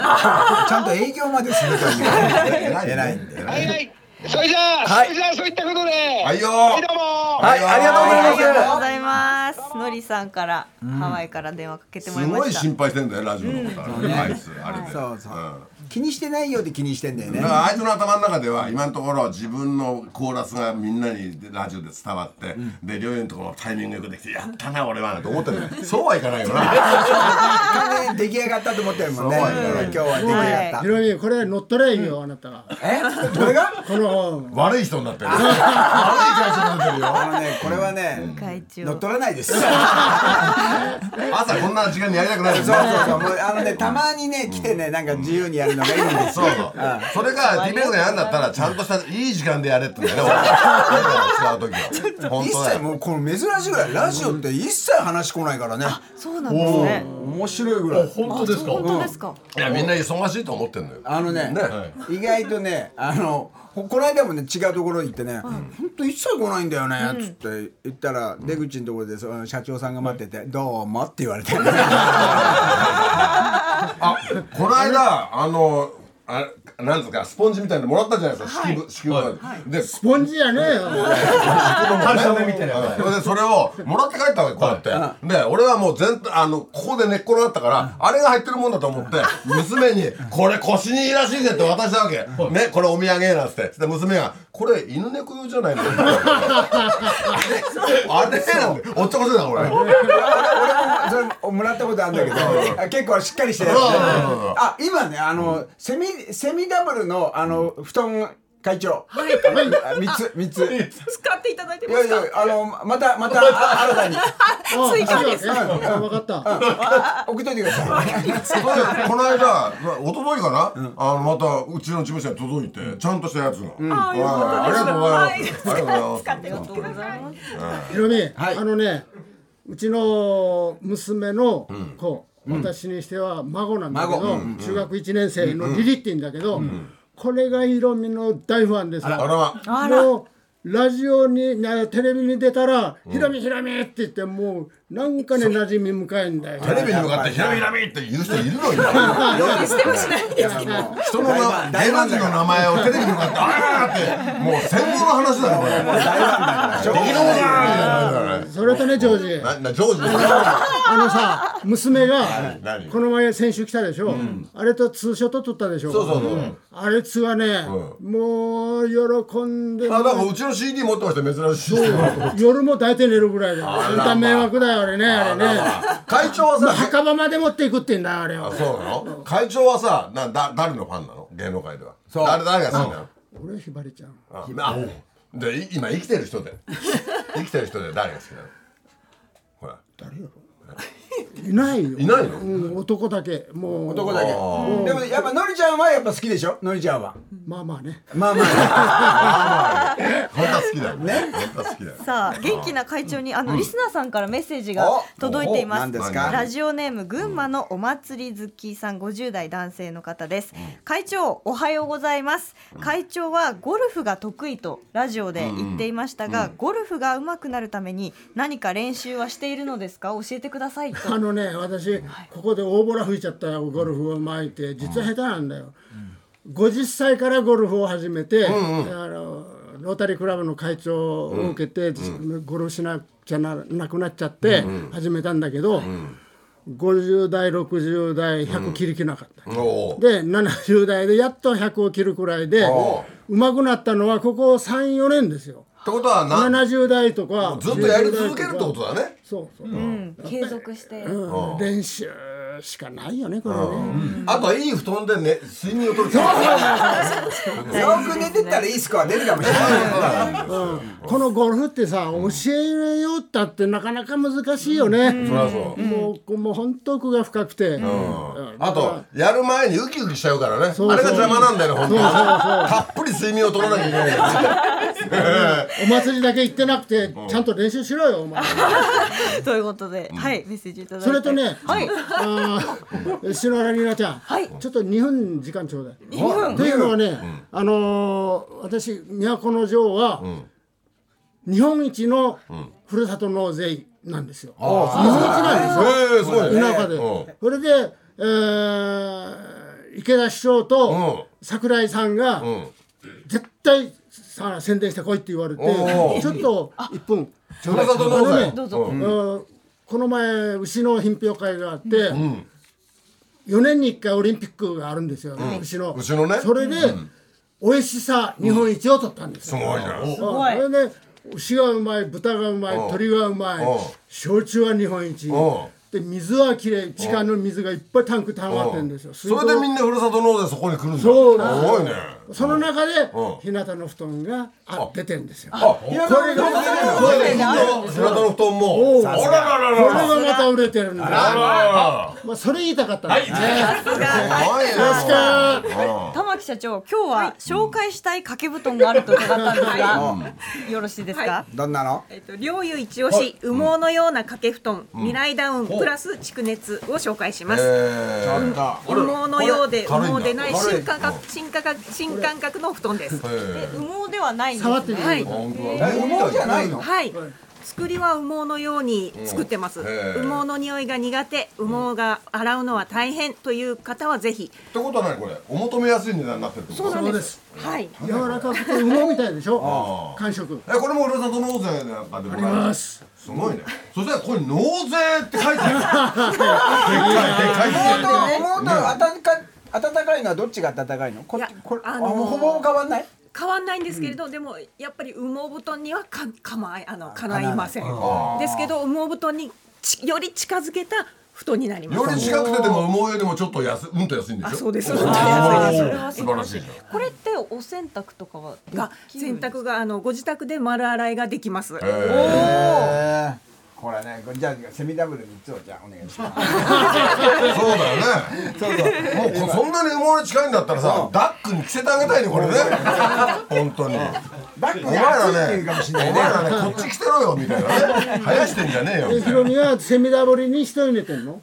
Speaker 3: ゃんと営業までするというね偉いんで
Speaker 6: はいはい。それじゃあ、それじゃあそういったことで。は
Speaker 2: はいよ
Speaker 6: はいどうも。
Speaker 2: はいありがとうご
Speaker 8: ありがとうございますのりさんから、ハワイから電話かけてもら
Speaker 2: す
Speaker 8: いま
Speaker 2: ご
Speaker 8: し
Speaker 2: い
Speaker 8: た
Speaker 2: 心配してんだよラジオのことあいつあれで
Speaker 3: そうそう
Speaker 2: うん
Speaker 3: 気にしてないようで気にしてんだよね
Speaker 2: だからあいつの頭の中では今のところ自分のコーラスがみんなにラジオで伝わって、で両親のところタイミングよくできて「やったな俺は」と思ってるんだよそうはいかないよな [LAUGHS]
Speaker 3: 完全に出来上がったと思ってるもんね今日は出来上がっ
Speaker 9: ひろみこれ乗っ取れんよあなたは
Speaker 3: たえこれが
Speaker 9: この本
Speaker 2: 悪い人になってる悪い会社になってるよ
Speaker 3: あのねこれはね
Speaker 8: 会長
Speaker 3: 乗っ取らないですそうそ
Speaker 2: 朝こんな時間にやりたくないです
Speaker 3: うそうもうあのねたまにね来てねなんか自由にやるのがいいんです
Speaker 2: そうそう。それがリベンジがやんだったら、ちゃんとしたいい時間でやれってんだよね。俺は俺らが使う時は。本
Speaker 3: 一
Speaker 2: 当だ
Speaker 3: 切
Speaker 2: よ。
Speaker 3: もうこの珍しいぐらいラジオって一切話来ないからね
Speaker 8: そうなんですね
Speaker 3: 面白いぐらい
Speaker 9: 本当ですか
Speaker 8: 本当ですか、
Speaker 2: いやみんな忙しいと思ってんのよ。
Speaker 3: あのね意外とねあのこの間もね違うところに行ってね「本当一切来ないんだよね」っつって言ったら出口のところでその社長さんが待ってて「どうも」って言われ [LAUGHS] て
Speaker 2: あ、この間あのあなんですかスポンジみたいなのもらったじゃないですか。敷布敷布で。
Speaker 9: スポンジやねえよ
Speaker 2: カルサメみたいな。それでそれをもらって帰ったわけこうやって。で俺はもう全あのここで寝っ転がったからあれが入ってるもんだと思って娘にこれ腰にいいらしいぜって渡したわけ。ねこれお土産なんつって。で娘がこれ犬猫用じゃ [LAUGHS] ないの。あれなんでおっちょこちょいだこれ。
Speaker 3: それもらったことあるんだけどあ結構しっかりしてるやつ
Speaker 2: そうそうそうそう
Speaker 3: あ今ねあのセミセミダブルのあの布団会長
Speaker 8: はい
Speaker 3: あ [LAUGHS] 三つ三つ
Speaker 8: 使っていただいて
Speaker 3: いや
Speaker 8: ます
Speaker 3: い
Speaker 8: か
Speaker 3: やあのまたまたあ新 [LAUGHS] たに
Speaker 8: 追加です
Speaker 9: 分かった
Speaker 3: 送っといてください
Speaker 2: それで [LAUGHS] この間な一昨日かな、あのまたうちの事務所に届いて、ちゃんとしたやつが、
Speaker 8: あ
Speaker 2: はいありがとうございます、ありがとうございます
Speaker 8: ありがとうございます
Speaker 9: ひろみ、
Speaker 3: い
Speaker 9: あのねうちの娘の子、私にしては孫なんだけど、
Speaker 3: 孫う
Speaker 9: 中学1年生のリリって言うんだけど、これがひろみの大ファンです
Speaker 2: あらま
Speaker 8: あら
Speaker 9: もうラジオになテレビに出たら「ひろみひろみ!」って言ってもうなんかね馴染み深いんだよ。
Speaker 2: テレビに向かって「ひらみひらみ」って言う人いるの今
Speaker 8: してもしないんですけど
Speaker 2: 人のな芸能人の名前をテレビに向かって「あーってもう戦後の話だよこれ「できるもんだ!」みたいなね
Speaker 9: それとねジョージ
Speaker 2: ななジョージ
Speaker 9: あのさ娘が
Speaker 2: 何
Speaker 9: この前先週来たでしょ、あれとツーショット撮ったでしょ
Speaker 2: そうそうそう
Speaker 9: あれつはね、もう喜んで
Speaker 2: あなんかうちの CD 持ってました珍しい
Speaker 9: 夜も抱いて寝るぐらいだよ
Speaker 2: あらまあ
Speaker 9: 本当は迷惑だよあれねあれね
Speaker 2: 会長は
Speaker 9: まあ
Speaker 2: さ
Speaker 9: 墓場まで持っていくって言うんだあれ
Speaker 2: あ
Speaker 9: は
Speaker 2: そうなの会長はさなだ誰のファンなの芸能界では
Speaker 3: そう
Speaker 2: 誰誰が好きなの
Speaker 9: 俺ひばりちゃん
Speaker 2: ああでい今生きてる人で生きてる人で誰が好きなのほら
Speaker 9: いないよ
Speaker 2: いないの
Speaker 9: うん、男だけもう
Speaker 3: 男だけでもやっぱのりちゃんはやっぱ好きでしょのりちゃんは
Speaker 9: まあまあね
Speaker 3: まあまあ
Speaker 2: 本当は好きだよね本当は好きだよ
Speaker 8: さあ元気な会長にあの、リスナーさんからメッセージが届いていま
Speaker 3: おお何
Speaker 8: す
Speaker 3: ですか
Speaker 8: ラジオネーム群馬のお祭り好きさん50代男性の方です、会長おはようございます会長はゴルフが得意とラジオで言っていましたが、ゴルフが上手くなるために何か練習はしているのですか教えてくださいと
Speaker 9: [LAUGHS] あのね私ここで大ボラ吹いちゃったよゴルフを巻いて実は下手なんだよ、50歳からゴルフを始めて、あのロータリークラブの会長を受けて、ゴルフしなくちゃななくなっちゃって始めたんだけど、50代60代100切りきなかった、
Speaker 2: お
Speaker 9: で70代でやっと100を切るくらいで
Speaker 2: お
Speaker 9: うまくなったのはここ34年ですよ
Speaker 2: ってことはな
Speaker 9: 70代とか
Speaker 2: ずっとやり続けるってことだね
Speaker 9: そうそう、
Speaker 8: うん継続して、
Speaker 9: [LAUGHS] うん練習しかないよねこれね、
Speaker 2: あとはいい布団でね睡眠をとるってこと
Speaker 3: [LAUGHS] よく寝てたらいいスコア出るかもしれない
Speaker 9: このゴルフってさ教えようったってなかなか難しいよね、
Speaker 2: そりゃそう
Speaker 9: もうこうもう本当奥が深くて、うん
Speaker 2: あとやる前にウキウキしちゃうからねあれ
Speaker 9: うそう
Speaker 2: が邪魔なんだよね本当はたっぷり睡眠をとらなきゃいけないからね
Speaker 9: お祭りだけ行ってなくて、ちゃんと練習しろよお前
Speaker 8: ということで、はいメッセージいただいて
Speaker 9: それとね、
Speaker 8: [LAUGHS] はい
Speaker 9: あー篠原里奈ちゃん、
Speaker 8: はい
Speaker 9: ちょっと2分時間ちょうだい。
Speaker 8: 二分
Speaker 9: というのはね、あのー私都の城は、日本一のふるさと納税なんですよ。日本一なんですよ。
Speaker 2: [LAUGHS] ええすごいね
Speaker 9: 田舎で、
Speaker 2: うん
Speaker 9: それで、えー池田市長と桜井さんが、
Speaker 2: ん
Speaker 9: 絶対さ宣伝してこいって言われて
Speaker 2: おー
Speaker 9: ちょっと1分ちょ
Speaker 2: ふるさと納税どうぞ
Speaker 9: うんこの前牛の品評会があって、4年に1回オリンピックがあるんですよ、牛の
Speaker 2: 牛のね
Speaker 9: それで、美味しさ日本一を取ったんです
Speaker 2: す
Speaker 9: よ、
Speaker 2: ごいじゃん
Speaker 8: ごい
Speaker 9: うんそれで牛がうまい豚がうまい鶏がうまい
Speaker 2: うん
Speaker 9: 焼酎は日本一
Speaker 2: うん
Speaker 9: で水はきれい地下の水がいっぱいタンク溜まってるんですよ水
Speaker 2: そ
Speaker 9: 道
Speaker 2: れでみんなふるさと納税そこに来るんだ
Speaker 9: そうなん
Speaker 2: すごいね
Speaker 9: その中で
Speaker 2: うん
Speaker 9: 日向の布団があ出てるんですよ
Speaker 2: あこれが
Speaker 9: これが
Speaker 2: これがひなたの布団も
Speaker 9: お
Speaker 2: あ
Speaker 9: う
Speaker 2: ららら
Speaker 9: こ
Speaker 2: ら
Speaker 9: れ
Speaker 2: ら
Speaker 9: がまた売れてるんだ
Speaker 2: あら
Speaker 9: まあそれ言いたかったんですね
Speaker 2: らすごいね
Speaker 8: 玉木社長今日は紹介したい掛け布団があると伺ったんですが、よろしいですか、
Speaker 3: どんなの
Speaker 10: えっと、領有一押し、羽毛のような掛け布団、未来ダウンプラス蓄熱を紹介します。
Speaker 2: えー
Speaker 10: 羽毛のようで
Speaker 2: これ
Speaker 10: 羽毛でない
Speaker 2: 軽い
Speaker 10: 新感覚新感覚新感覚の布団です。
Speaker 2: えー
Speaker 8: 羽毛ではないんですね
Speaker 9: 触ってみる
Speaker 10: はい
Speaker 2: あ本当
Speaker 3: え
Speaker 2: だ
Speaker 3: 羽毛じゃないの
Speaker 10: はい。作りは羽毛のように作ってます。
Speaker 2: んへー
Speaker 10: 羽毛の匂いが苦手、羽毛が洗うのは大変という方はぜひ。
Speaker 2: ってことは何これお求めやすい値段になってるってこと
Speaker 9: そうです
Speaker 10: はい。
Speaker 9: 柔らかくて羽毛みたいでしょ感触
Speaker 2: えこれもふるさと納税なんかでも
Speaker 9: あります
Speaker 2: すごいねそしたらこれ納税って書いてあるでかいでかい
Speaker 3: 羽毛と暖か暖かいのはどっちが暖かいのこっ
Speaker 10: い
Speaker 3: ち
Speaker 10: や
Speaker 3: これあ
Speaker 10: あの
Speaker 3: の
Speaker 10: ー
Speaker 3: ほぼ変わんない
Speaker 10: 変わんないんですけれど、でもやっぱり羽毛布団にはか構いあの叶いません。ですけど羽毛布団にちより近づけた布団になります
Speaker 2: より近くてでも羽毛よりもちょっと安うんと安いんでしょ
Speaker 10: あそうです
Speaker 2: おー
Speaker 10: そうです
Speaker 8: それは
Speaker 2: 素晴らしいじゃん
Speaker 8: これってお洗濯とかは
Speaker 10: が洗濯があのご自宅で丸洗いができます。
Speaker 3: へーこれね、じゃあセミダブル三つをじゃあお願いします。
Speaker 2: そうだよね
Speaker 3: そうそう。
Speaker 2: もうこそんなに羽毛に近いんだったらさダックに着せてあげたいねこれね本当に
Speaker 3: バッ
Speaker 2: お
Speaker 3: グ
Speaker 2: 前
Speaker 3: が熱いっ
Speaker 2: ら
Speaker 3: ていう
Speaker 2: ね
Speaker 3: かもし
Speaker 2: お
Speaker 3: れな
Speaker 2: 前
Speaker 3: いね。
Speaker 2: らねこっち来てろよみたいなね生やしてんじゃねえよ
Speaker 9: で
Speaker 2: み
Speaker 9: ヒ
Speaker 2: たい
Speaker 9: ロミはセミダブリに一人寝てんの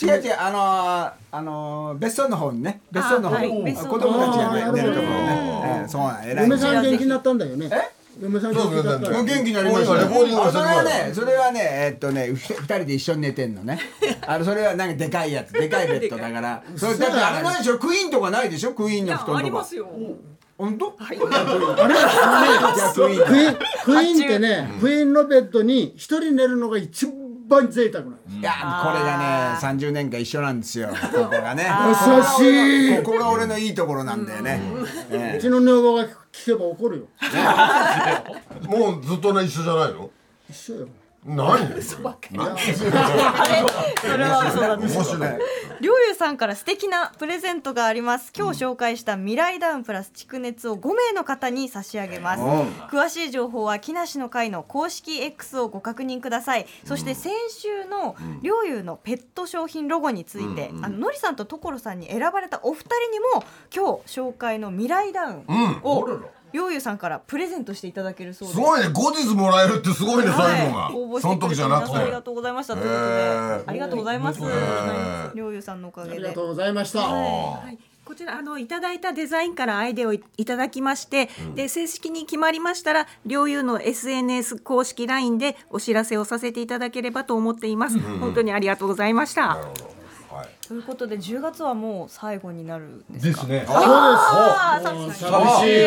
Speaker 3: 違う違う、あのー、あのー、別荘の方にね、別荘の方
Speaker 10: あはい
Speaker 3: に、
Speaker 10: 別荘
Speaker 3: 子供たちがね
Speaker 9: あー
Speaker 3: 寝るところ
Speaker 9: なる
Speaker 3: ね。ええそうなん、偉いね。
Speaker 9: 嫁さん元気になったんだよね嫁さん元気になった
Speaker 2: そう元
Speaker 3: もう
Speaker 9: の
Speaker 2: 気
Speaker 3: 元気になりましたね。
Speaker 2: レコーディング
Speaker 3: あ
Speaker 2: は
Speaker 3: それはね、それはね、えっとね、ふた二人で一緒に寝てんのね。あのそれはなんかでかいやつ、でかいベッドだから。それだってあれないでしょ、クイーンとかないでしょ、クイーンの布団とか。
Speaker 10: あり
Speaker 3: [LAUGHS]
Speaker 10: ますよ。
Speaker 3: 本当？はい。じゃあクイーン
Speaker 9: クイーンクイーンってねクイーンのベッドに一人寝るのが一番贅沢なの
Speaker 3: いやこれがね30年間一緒なんですよここがね
Speaker 9: 優しい
Speaker 3: ここが俺のいいところなんだよね、
Speaker 9: う
Speaker 3: ええ
Speaker 9: ちの女房が聞けば怒るよ
Speaker 2: なもうずっとね一緒じゃないの
Speaker 9: 一緒よ
Speaker 2: 何何
Speaker 8: それはそうだ
Speaker 2: 面白い
Speaker 8: りょうゆさんから素敵なプレゼントがあります今日紹介した未来ダウンプラス蓄熱を5名の方に差し上げます、詳しい情報は木梨の会の公式 X をご確認くださいそして先週のりょうゆのペット商品ロゴについて、あののりさんと所さんに選ばれたお二人にも今日紹介の未来ダウンを、りょうゆさんからプレゼントしていただけるそうです
Speaker 2: すごいね後日もらえるってすごいね
Speaker 8: は
Speaker 2: 最後が
Speaker 8: 応募し
Speaker 2: そ
Speaker 8: て
Speaker 2: の
Speaker 8: く
Speaker 2: 時
Speaker 8: れ
Speaker 2: じ
Speaker 8: た
Speaker 2: ゃな
Speaker 8: 皆
Speaker 2: く
Speaker 8: さ
Speaker 2: て
Speaker 8: んありがとうございましたという
Speaker 2: へ
Speaker 8: こ
Speaker 2: ーへ
Speaker 8: とでありがとうございます
Speaker 2: ー
Speaker 8: りょうゆさんのおか
Speaker 9: あ
Speaker 8: げ
Speaker 9: りが
Speaker 8: で
Speaker 9: とうございました
Speaker 10: はい、こちらあのいただいたデザインからアイデアをいいただきまして、で正式に決まりましたら両友の SNS 公式 LINE でお知らせをさせていただければと思っています、本当にありがとうございました、
Speaker 8: ということで10月はもう最後になるんです
Speaker 4: ですね。
Speaker 8: あー
Speaker 9: 寂しい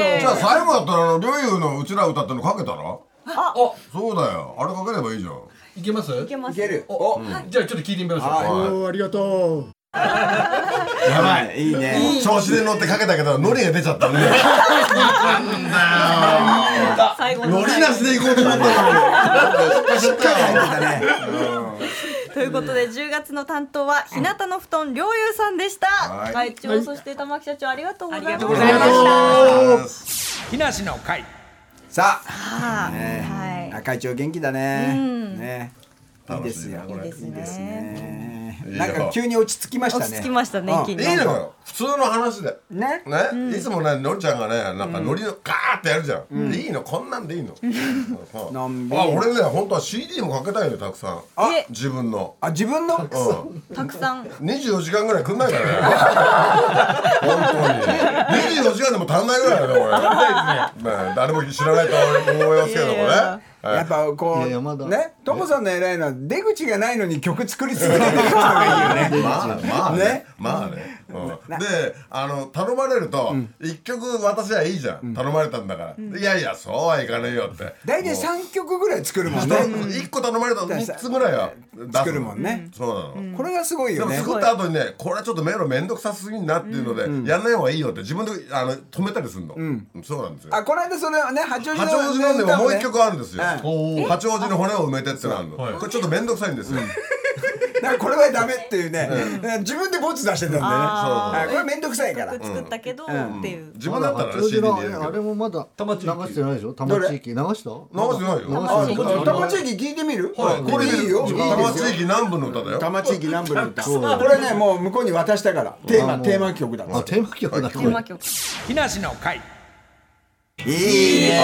Speaker 2: あじゃあ最後だったらあのりょうゆのうちら歌ってのかけたら
Speaker 8: あ
Speaker 2: そうだよあれかければいいじゃん
Speaker 4: いけます？い
Speaker 8: けます
Speaker 3: いける
Speaker 4: お、じゃあちょっと聞いてみましょう。
Speaker 2: はい
Speaker 9: おーありがとう
Speaker 2: やばい
Speaker 3: いいね
Speaker 2: 調子で乗ってかけたけどノリが出ちゃ [LAUGHS] ったねなんだ
Speaker 8: 最後
Speaker 2: よノ
Speaker 8: の
Speaker 2: リなしで行こうと思ったのになんかしっかり入ってたね
Speaker 8: ということで10月の担当は日向の布団両友さんでした
Speaker 2: はい
Speaker 8: 会長そして玉木社長ありがとうございまし
Speaker 10: ありがと
Speaker 8: た
Speaker 10: うございました
Speaker 7: 木梨の会
Speaker 3: さ
Speaker 8: は
Speaker 3: あ、ね
Speaker 8: い
Speaker 3: あ会長元気だね、ねいい
Speaker 2: 楽
Speaker 3: で
Speaker 2: し
Speaker 3: す
Speaker 2: い
Speaker 3: よ
Speaker 2: なこれい
Speaker 8: いい
Speaker 2: い
Speaker 8: ですね
Speaker 3: ね
Speaker 2: いいよ
Speaker 3: なんか急に落ち着きましたね
Speaker 8: 落ち着きましたね一気に
Speaker 2: のよ普通の話で
Speaker 3: ね
Speaker 2: ねいつもねのりちゃんがねなんかのりをカーってやるじゃんでいいのこんなんでいいのそうそう
Speaker 3: のんびり
Speaker 2: あ俺ね本当は CD もかけたいよたくさん
Speaker 8: え
Speaker 2: 自分の
Speaker 3: あ自分の
Speaker 2: うん
Speaker 8: たくさん
Speaker 2: 24時間ぐらいくんない [LAUGHS] からね本当に24時間でも足んないぐらいだねこれねえ誰も知らないと思いますけどもねはい
Speaker 3: やっぱこう
Speaker 5: いやいやまだ
Speaker 3: ねとこさんの偉いのは出口がないのに曲作り続けてる人がいい
Speaker 2: [LAUGHS]
Speaker 3: よね
Speaker 2: まあまあね
Speaker 3: ね
Speaker 2: まあね、うん、であの頼まれると一曲私はいいじゃん頼まれたんだからいやいやそうはいかねえよって
Speaker 3: 大体三曲ぐらい作るもんね
Speaker 2: 1個頼まれたら3つぐらいは出す
Speaker 3: 作るもんね
Speaker 2: そうなの、
Speaker 3: これがすごい
Speaker 2: で
Speaker 3: よ
Speaker 2: も
Speaker 3: ね
Speaker 2: 作った後にねこれはちょっと迷路めんどくさすぎんなっていうので、やんない方がいいよって自分であの止めたりするの、そうなんですよ
Speaker 3: あこの間それはね八王子の
Speaker 2: 八王子のでももう一曲あるんですよ、
Speaker 3: う
Speaker 2: 八王子の骨を埋めてってのあるの、これちょっと面倒くさいんですよ、
Speaker 3: なんかこれはダメっていうね、自分でボツ出してたんだよねあこれ面倒くさいから
Speaker 8: 作ったけどっていう
Speaker 2: 自分だったら
Speaker 5: 八
Speaker 2: ね
Speaker 5: 王
Speaker 2: CD
Speaker 5: 子
Speaker 2: に
Speaker 5: の
Speaker 2: 入れるけ
Speaker 5: あれ
Speaker 2: ど
Speaker 5: もまだ
Speaker 4: 多摩
Speaker 5: 流
Speaker 4: 地域
Speaker 5: してないでしょ？多摩地域流した？
Speaker 2: 流してないよ
Speaker 5: 流
Speaker 2: あ
Speaker 5: してない
Speaker 3: 多摩地域聞いてみる、
Speaker 2: はいこれ
Speaker 3: いいよ
Speaker 2: 多
Speaker 3: いいですよ
Speaker 2: 摩地域南部の歌だ
Speaker 3: 多
Speaker 2: よ
Speaker 3: 摩地域南部の歌これねもう向こうに渡したからテーマテーマ曲だ
Speaker 5: あ、テーマ曲だ。テ
Speaker 8: テーマ曲
Speaker 7: 木梨の会
Speaker 3: いいね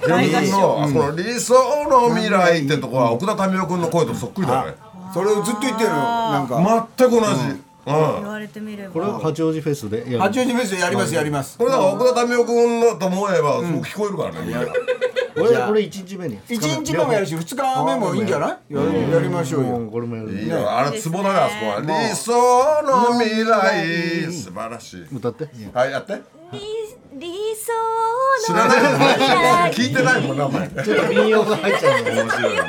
Speaker 2: 自分のあこの理想の未来ってとこは奥田民生君の声とそっくりだね
Speaker 3: それをずっと言ってるのなんか
Speaker 2: 全く同じ、うん
Speaker 8: 言われてみれば
Speaker 5: これは八王子フェスでやる。
Speaker 3: 八王子フェスやりますやります
Speaker 2: これだから奥田民生君のと思えばそう聞こえるからね、みんな
Speaker 5: 俺これ一日目に。
Speaker 3: 一日目もやるし二日目もいいんじゃないやりやりましょう
Speaker 5: う
Speaker 3: よ
Speaker 5: ん。これもや
Speaker 2: い
Speaker 5: る。
Speaker 2: いよあれツボだからあそこは理想の未来素晴らしい
Speaker 5: 歌って。
Speaker 2: はいやって
Speaker 1: 理理
Speaker 2: 知
Speaker 1: 想の
Speaker 2: らない聞いてないもん名前
Speaker 5: ちょっと民謡が入っちゃうの。
Speaker 2: 面白いね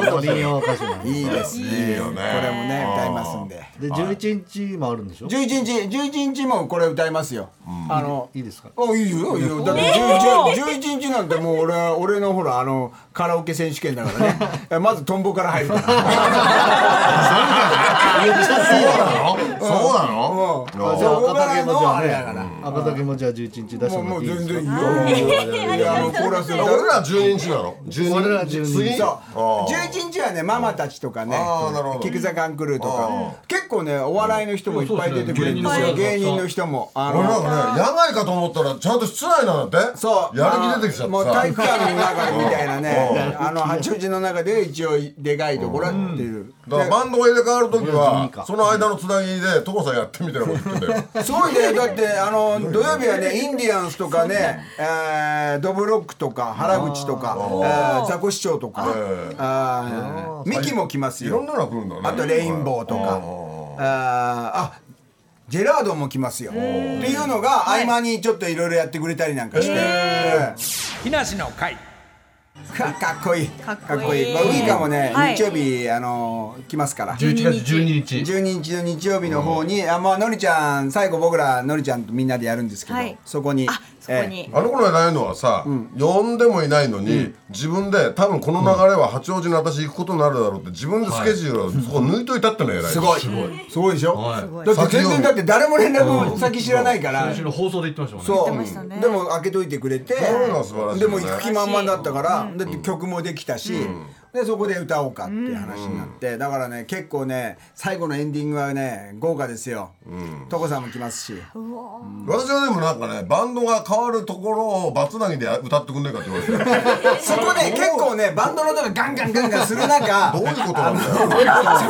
Speaker 5: 元 [LAUGHS] 民謡歌手なんで
Speaker 3: いいですね
Speaker 2: いいよ
Speaker 3: こ
Speaker 2: ね
Speaker 3: れもね歌いますんで
Speaker 5: で11日もあるんでしょ
Speaker 3: 11日11日もこれ歌いますよあの
Speaker 5: いいですか
Speaker 3: あいいよいいよだって11 11日なんてもう俺は俺のほらあのカラオケ選手権だからねまずトンボから入るから
Speaker 2: そうなの
Speaker 3: うんうんそこからのあれだから
Speaker 5: 赤竹もじゃあ11日出してもらっていいですか
Speaker 3: もう
Speaker 5: も
Speaker 3: もう全然いいよいやもうコーラスだ
Speaker 2: 俺ら12日なの
Speaker 5: 俺ら12日
Speaker 2: 次
Speaker 3: そ
Speaker 2: あ
Speaker 3: う
Speaker 2: ー
Speaker 3: 11日はねママたちとかね
Speaker 2: あーなるほど
Speaker 3: キクザカンクルーとか結構ねお笑いの人もいっぱい出てくれるんで
Speaker 4: うん
Speaker 3: す
Speaker 4: そう
Speaker 3: よ
Speaker 4: そう
Speaker 3: 芸人の人もあ
Speaker 2: 俺ら
Speaker 3: の
Speaker 2: がね野外かと思ったらちゃんと室内なんだって
Speaker 3: そう
Speaker 2: やる気出てきちゃって
Speaker 3: もう体育
Speaker 2: さ
Speaker 3: 館の中みたいなね
Speaker 2: う
Speaker 3: あの八王子の中で一応でかいところっていう
Speaker 2: だからバンドが入れ替わる時
Speaker 5: 12
Speaker 2: は
Speaker 5: か
Speaker 2: その間のつなぎで所さんやってみたいなこと言ってたよ
Speaker 3: そうだよだってあの土曜日はねインディアンスとかね、えードブロックとか原口とか、えーザコシショウとか、
Speaker 2: え
Speaker 3: あーミキも来ます
Speaker 2: いろん
Speaker 3: よ
Speaker 2: なのが来るんだね
Speaker 3: あとレインボーとか、あーあジェラードも来ますよっていうのが合間にちょっといろいろやってくれたりなんかして、えー
Speaker 7: 木梨の会
Speaker 3: かかっこいいか
Speaker 8: っこいい
Speaker 3: まあ、ウイカもね、
Speaker 8: はい
Speaker 3: 日曜日あの来ますから
Speaker 4: 11月12日
Speaker 3: 12日の日曜日の方に、あまあのりちゃん最後僕らのりちゃんとみんなでやるんですけど、
Speaker 8: はい
Speaker 3: そこに
Speaker 8: あそこに、
Speaker 2: あの頃やないのはさ、呼んでもいないのに、自分で多分この流れは八王子の私行くことになるだろうって自分でスケジュールをそこ抜いといたってのが偉い、
Speaker 3: ええすごいすごいすごいでしょ、だって全
Speaker 2: 先
Speaker 3: 然
Speaker 2: を
Speaker 3: だって誰も連絡先知らないから、
Speaker 4: 先週の放送で言ってましたもんね
Speaker 3: そう、
Speaker 8: ましたね
Speaker 3: でも開けといてくれて、
Speaker 2: そういうのは素晴らしい
Speaker 3: で
Speaker 2: よね
Speaker 3: も行く気満々だったから、だって曲もできたし、でそこで歌おうかっていう話になって、だからね結構ね最後のエンディングはね豪華ですよ、トコさんも来ますし
Speaker 2: 私はでもなんかねバンドが変わるところをバツナギで歌ってくんねえかって言われて
Speaker 3: [LAUGHS]
Speaker 2: ど
Speaker 3: そこね結構ねバンドの音がガンガンガンガンする中
Speaker 2: ういうことなんだよ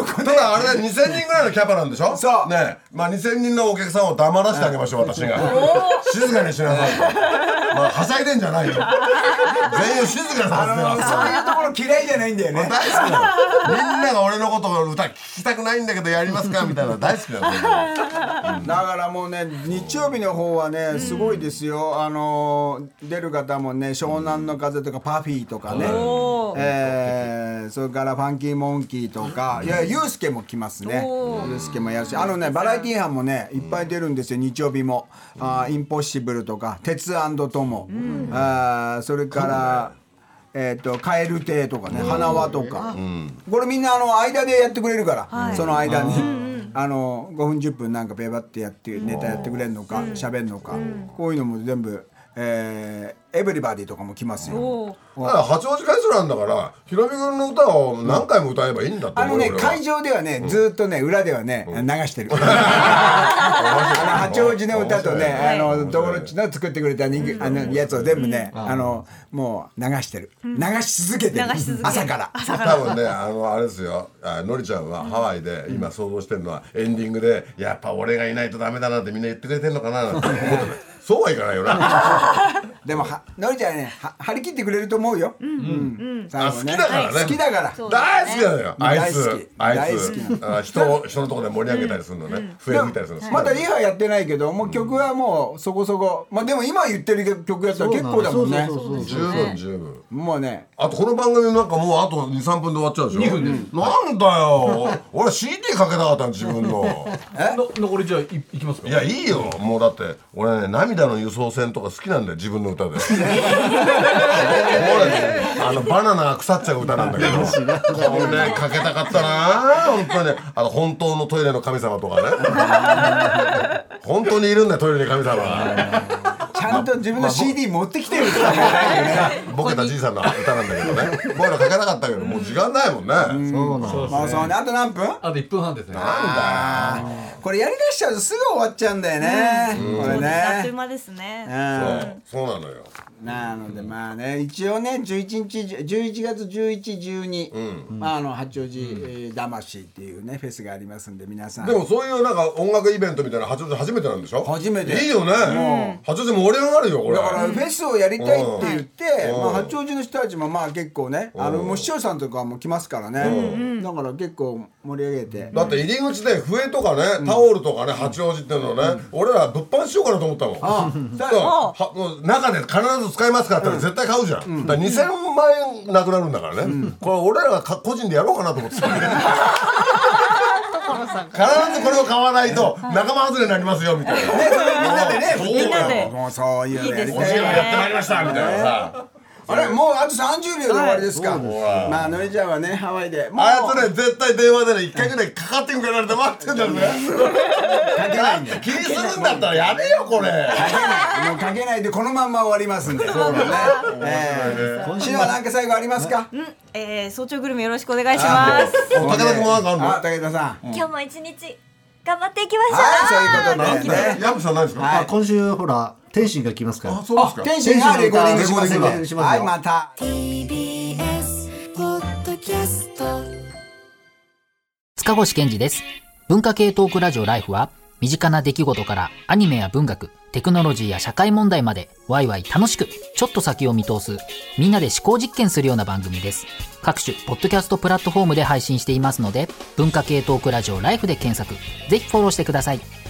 Speaker 2: ただあれね2000人ぐらいのキャパなんでしょ
Speaker 3: そう
Speaker 2: ねえまあ2000人のお客さんを黙らせてあげましょう私が静かにしなさいとまあはしゃいでんじゃないよ全員を静かに
Speaker 3: あ
Speaker 2: させて
Speaker 3: の
Speaker 2: よ
Speaker 3: そういうところ嫌いじゃないんだよね
Speaker 2: 大好きなのみんなが俺のことを歌聞きたくないんだけどやりますかみたいなの大好きなの
Speaker 3: だからもうね日曜日の方はねすごいですよ、あのー出る方もね湘南の風とかパフィーとかね、えーそれからファンキーモンキーとかいやユースケも来ますねユースケもやるしあのねバラエティー班もねいっぱい出るんですよ日曜日も「あーインポッシブル」とか「鉄トモ」あーそれから。えー、と蛙亭とかね花輪とか、これみんなあの間でやってくれるから、その間に、あの5分10分なんかペーバってやってネタやってくれるのか喋るのか、こういうのも全部、えーエブリバディとかも来ますよ。
Speaker 2: だから八王子会所なんだからひろみ君の歌を何回も歌えばいいんだって
Speaker 3: あのね
Speaker 2: 俺は
Speaker 3: 会場ではね、ずーっとね裏ではね、流
Speaker 2: [LAUGHS]
Speaker 3: してるあの八王子の歌とね
Speaker 2: 面白
Speaker 3: あ
Speaker 2: い
Speaker 3: のドボロッチの作ってくれた人間あのやつを全部ね、あのもう流してる流し続けてる
Speaker 8: 流し続けてる
Speaker 3: 朝から。
Speaker 2: 多分ねあのあれですよあのりちゃんはハワイで今想像してるのはエンディングでやっぱ俺がいないとダメだなってみんな言ってくれてんのかななんて思ってないそうはいかないよな
Speaker 3: でもはのりちゃんはねは張り切ってくれると思うよ。うんうん最後ね
Speaker 2: あ好きだからね
Speaker 3: 好きだから。
Speaker 2: 大好きなのよあい
Speaker 3: 大好き
Speaker 2: つあい
Speaker 3: 大好き
Speaker 2: つあ人を人のところで盛り上げたりするのね笛吹いたりするの
Speaker 3: まだリハやってないけどもう曲はもうそこそこまあでも今言ってる曲やったら結構だもんね
Speaker 5: そうそうそう
Speaker 2: 十分十分
Speaker 3: もうね
Speaker 2: あとこの番組なんかもうあと23分で終わっちゃうでしょ2分ですなんだよ俺 CD かけたかったの自分の
Speaker 4: の残りじゃあいいきますか
Speaker 2: いやいいよもうだって俺ね涙の輸送船とか好きなんだよ自分の
Speaker 5: [LAUGHS]
Speaker 2: 歌で俺ねあのバナナが腐っちゃう歌なんだけどこれねかけたかったな本当にあの本当のトイレの神様とかね本当にいるんだよトイレに神様が
Speaker 3: ちゃんと自分の CD 持ってきてるって
Speaker 2: ボケたじいさんの歌なんだけどね僕らかけなかったけどもう時間ないもんね、
Speaker 5: そうなの
Speaker 4: そうです
Speaker 3: まあ
Speaker 4: ね
Speaker 3: そうねあと何分
Speaker 4: あと1分半ですね
Speaker 3: これやりだしちゃうとすぐ終わっちゃうんだよねこれ
Speaker 8: あっという
Speaker 3: ね
Speaker 8: 間ですね。
Speaker 3: うん
Speaker 2: そうなのよ
Speaker 3: なのでまあね一応ね11日11月1112、まあ、あの八王子、えー魂っていうねフェスがありますんで皆さん
Speaker 2: でもそういうなんか音楽イベントみたいな八王子初めてなんでしょ
Speaker 3: 初めて
Speaker 2: いいよね、八王子盛り上がるよこれ
Speaker 3: だからフェスをやりたいって言って、
Speaker 2: うん
Speaker 3: まあ、八王子の人たちもまあ結構ね、あのもう市長さんとかも来ますからね、だから結構盛り上げて、
Speaker 2: だって入り口で笛とかねタオルとかね八王子っていうのをね、俺ら物販しようかなと思ったもん
Speaker 3: あ
Speaker 2: だからはもう中で必ず使いますからって言ったら絶対買うじゃん、だから2000万円なくなるんだからね、これ俺らがか個人でやろうかなと思
Speaker 3: [LAUGHS]
Speaker 2: ってた必ずこれを買わないと仲間外れになりますよみたいな
Speaker 3: ね、それみん
Speaker 2: そう
Speaker 3: なでね
Speaker 2: だよ
Speaker 3: もうそういうのやり
Speaker 2: お
Speaker 3: た
Speaker 2: じ
Speaker 3: い
Speaker 2: いがや
Speaker 3: わ
Speaker 2: ってまいりましたみたいなさ
Speaker 3: あれもうあと30秒で終わりですか、
Speaker 2: ほら
Speaker 3: まあのりちゃんはねハワイでもう
Speaker 2: あいつね絶対電話でね一回ぐらいかかってくれられて待ってんだよね
Speaker 3: かけないんだよ
Speaker 2: 気にするんだったらやれよこれ
Speaker 3: かけないもうかけないでこのまんま終わりますんでそうだね、えー、シノはなんか最後ありますか
Speaker 8: うん、えー、早朝グルメよろしくお願いします。
Speaker 2: お高田君はなん
Speaker 3: あ
Speaker 2: か
Speaker 3: 武田さん、
Speaker 1: 今日も一日頑張っていきましょう。
Speaker 3: はいそういうことで
Speaker 2: あるのヤムさんないです
Speaker 3: は
Speaker 2: か
Speaker 3: い
Speaker 5: あ今週ほら天心が来ますから
Speaker 2: あそうですか
Speaker 3: 天心がレコーディングしますんで
Speaker 5: レコーディングします
Speaker 3: は
Speaker 5: よ
Speaker 3: いまた
Speaker 11: TBS ポッドキャスト
Speaker 12: 塚越健二です。文化系トークラジオライフは、身近な出来事からアニメや文学、テクノロジーや社会問題まで、ワイワイ楽しく、ちょっと先を見通す、みんなで思考実験するような番組です。各種、ポッドキャストプラットフォームで配信していますので、文化系トークラジオライフで検索、ぜひフォローしてください。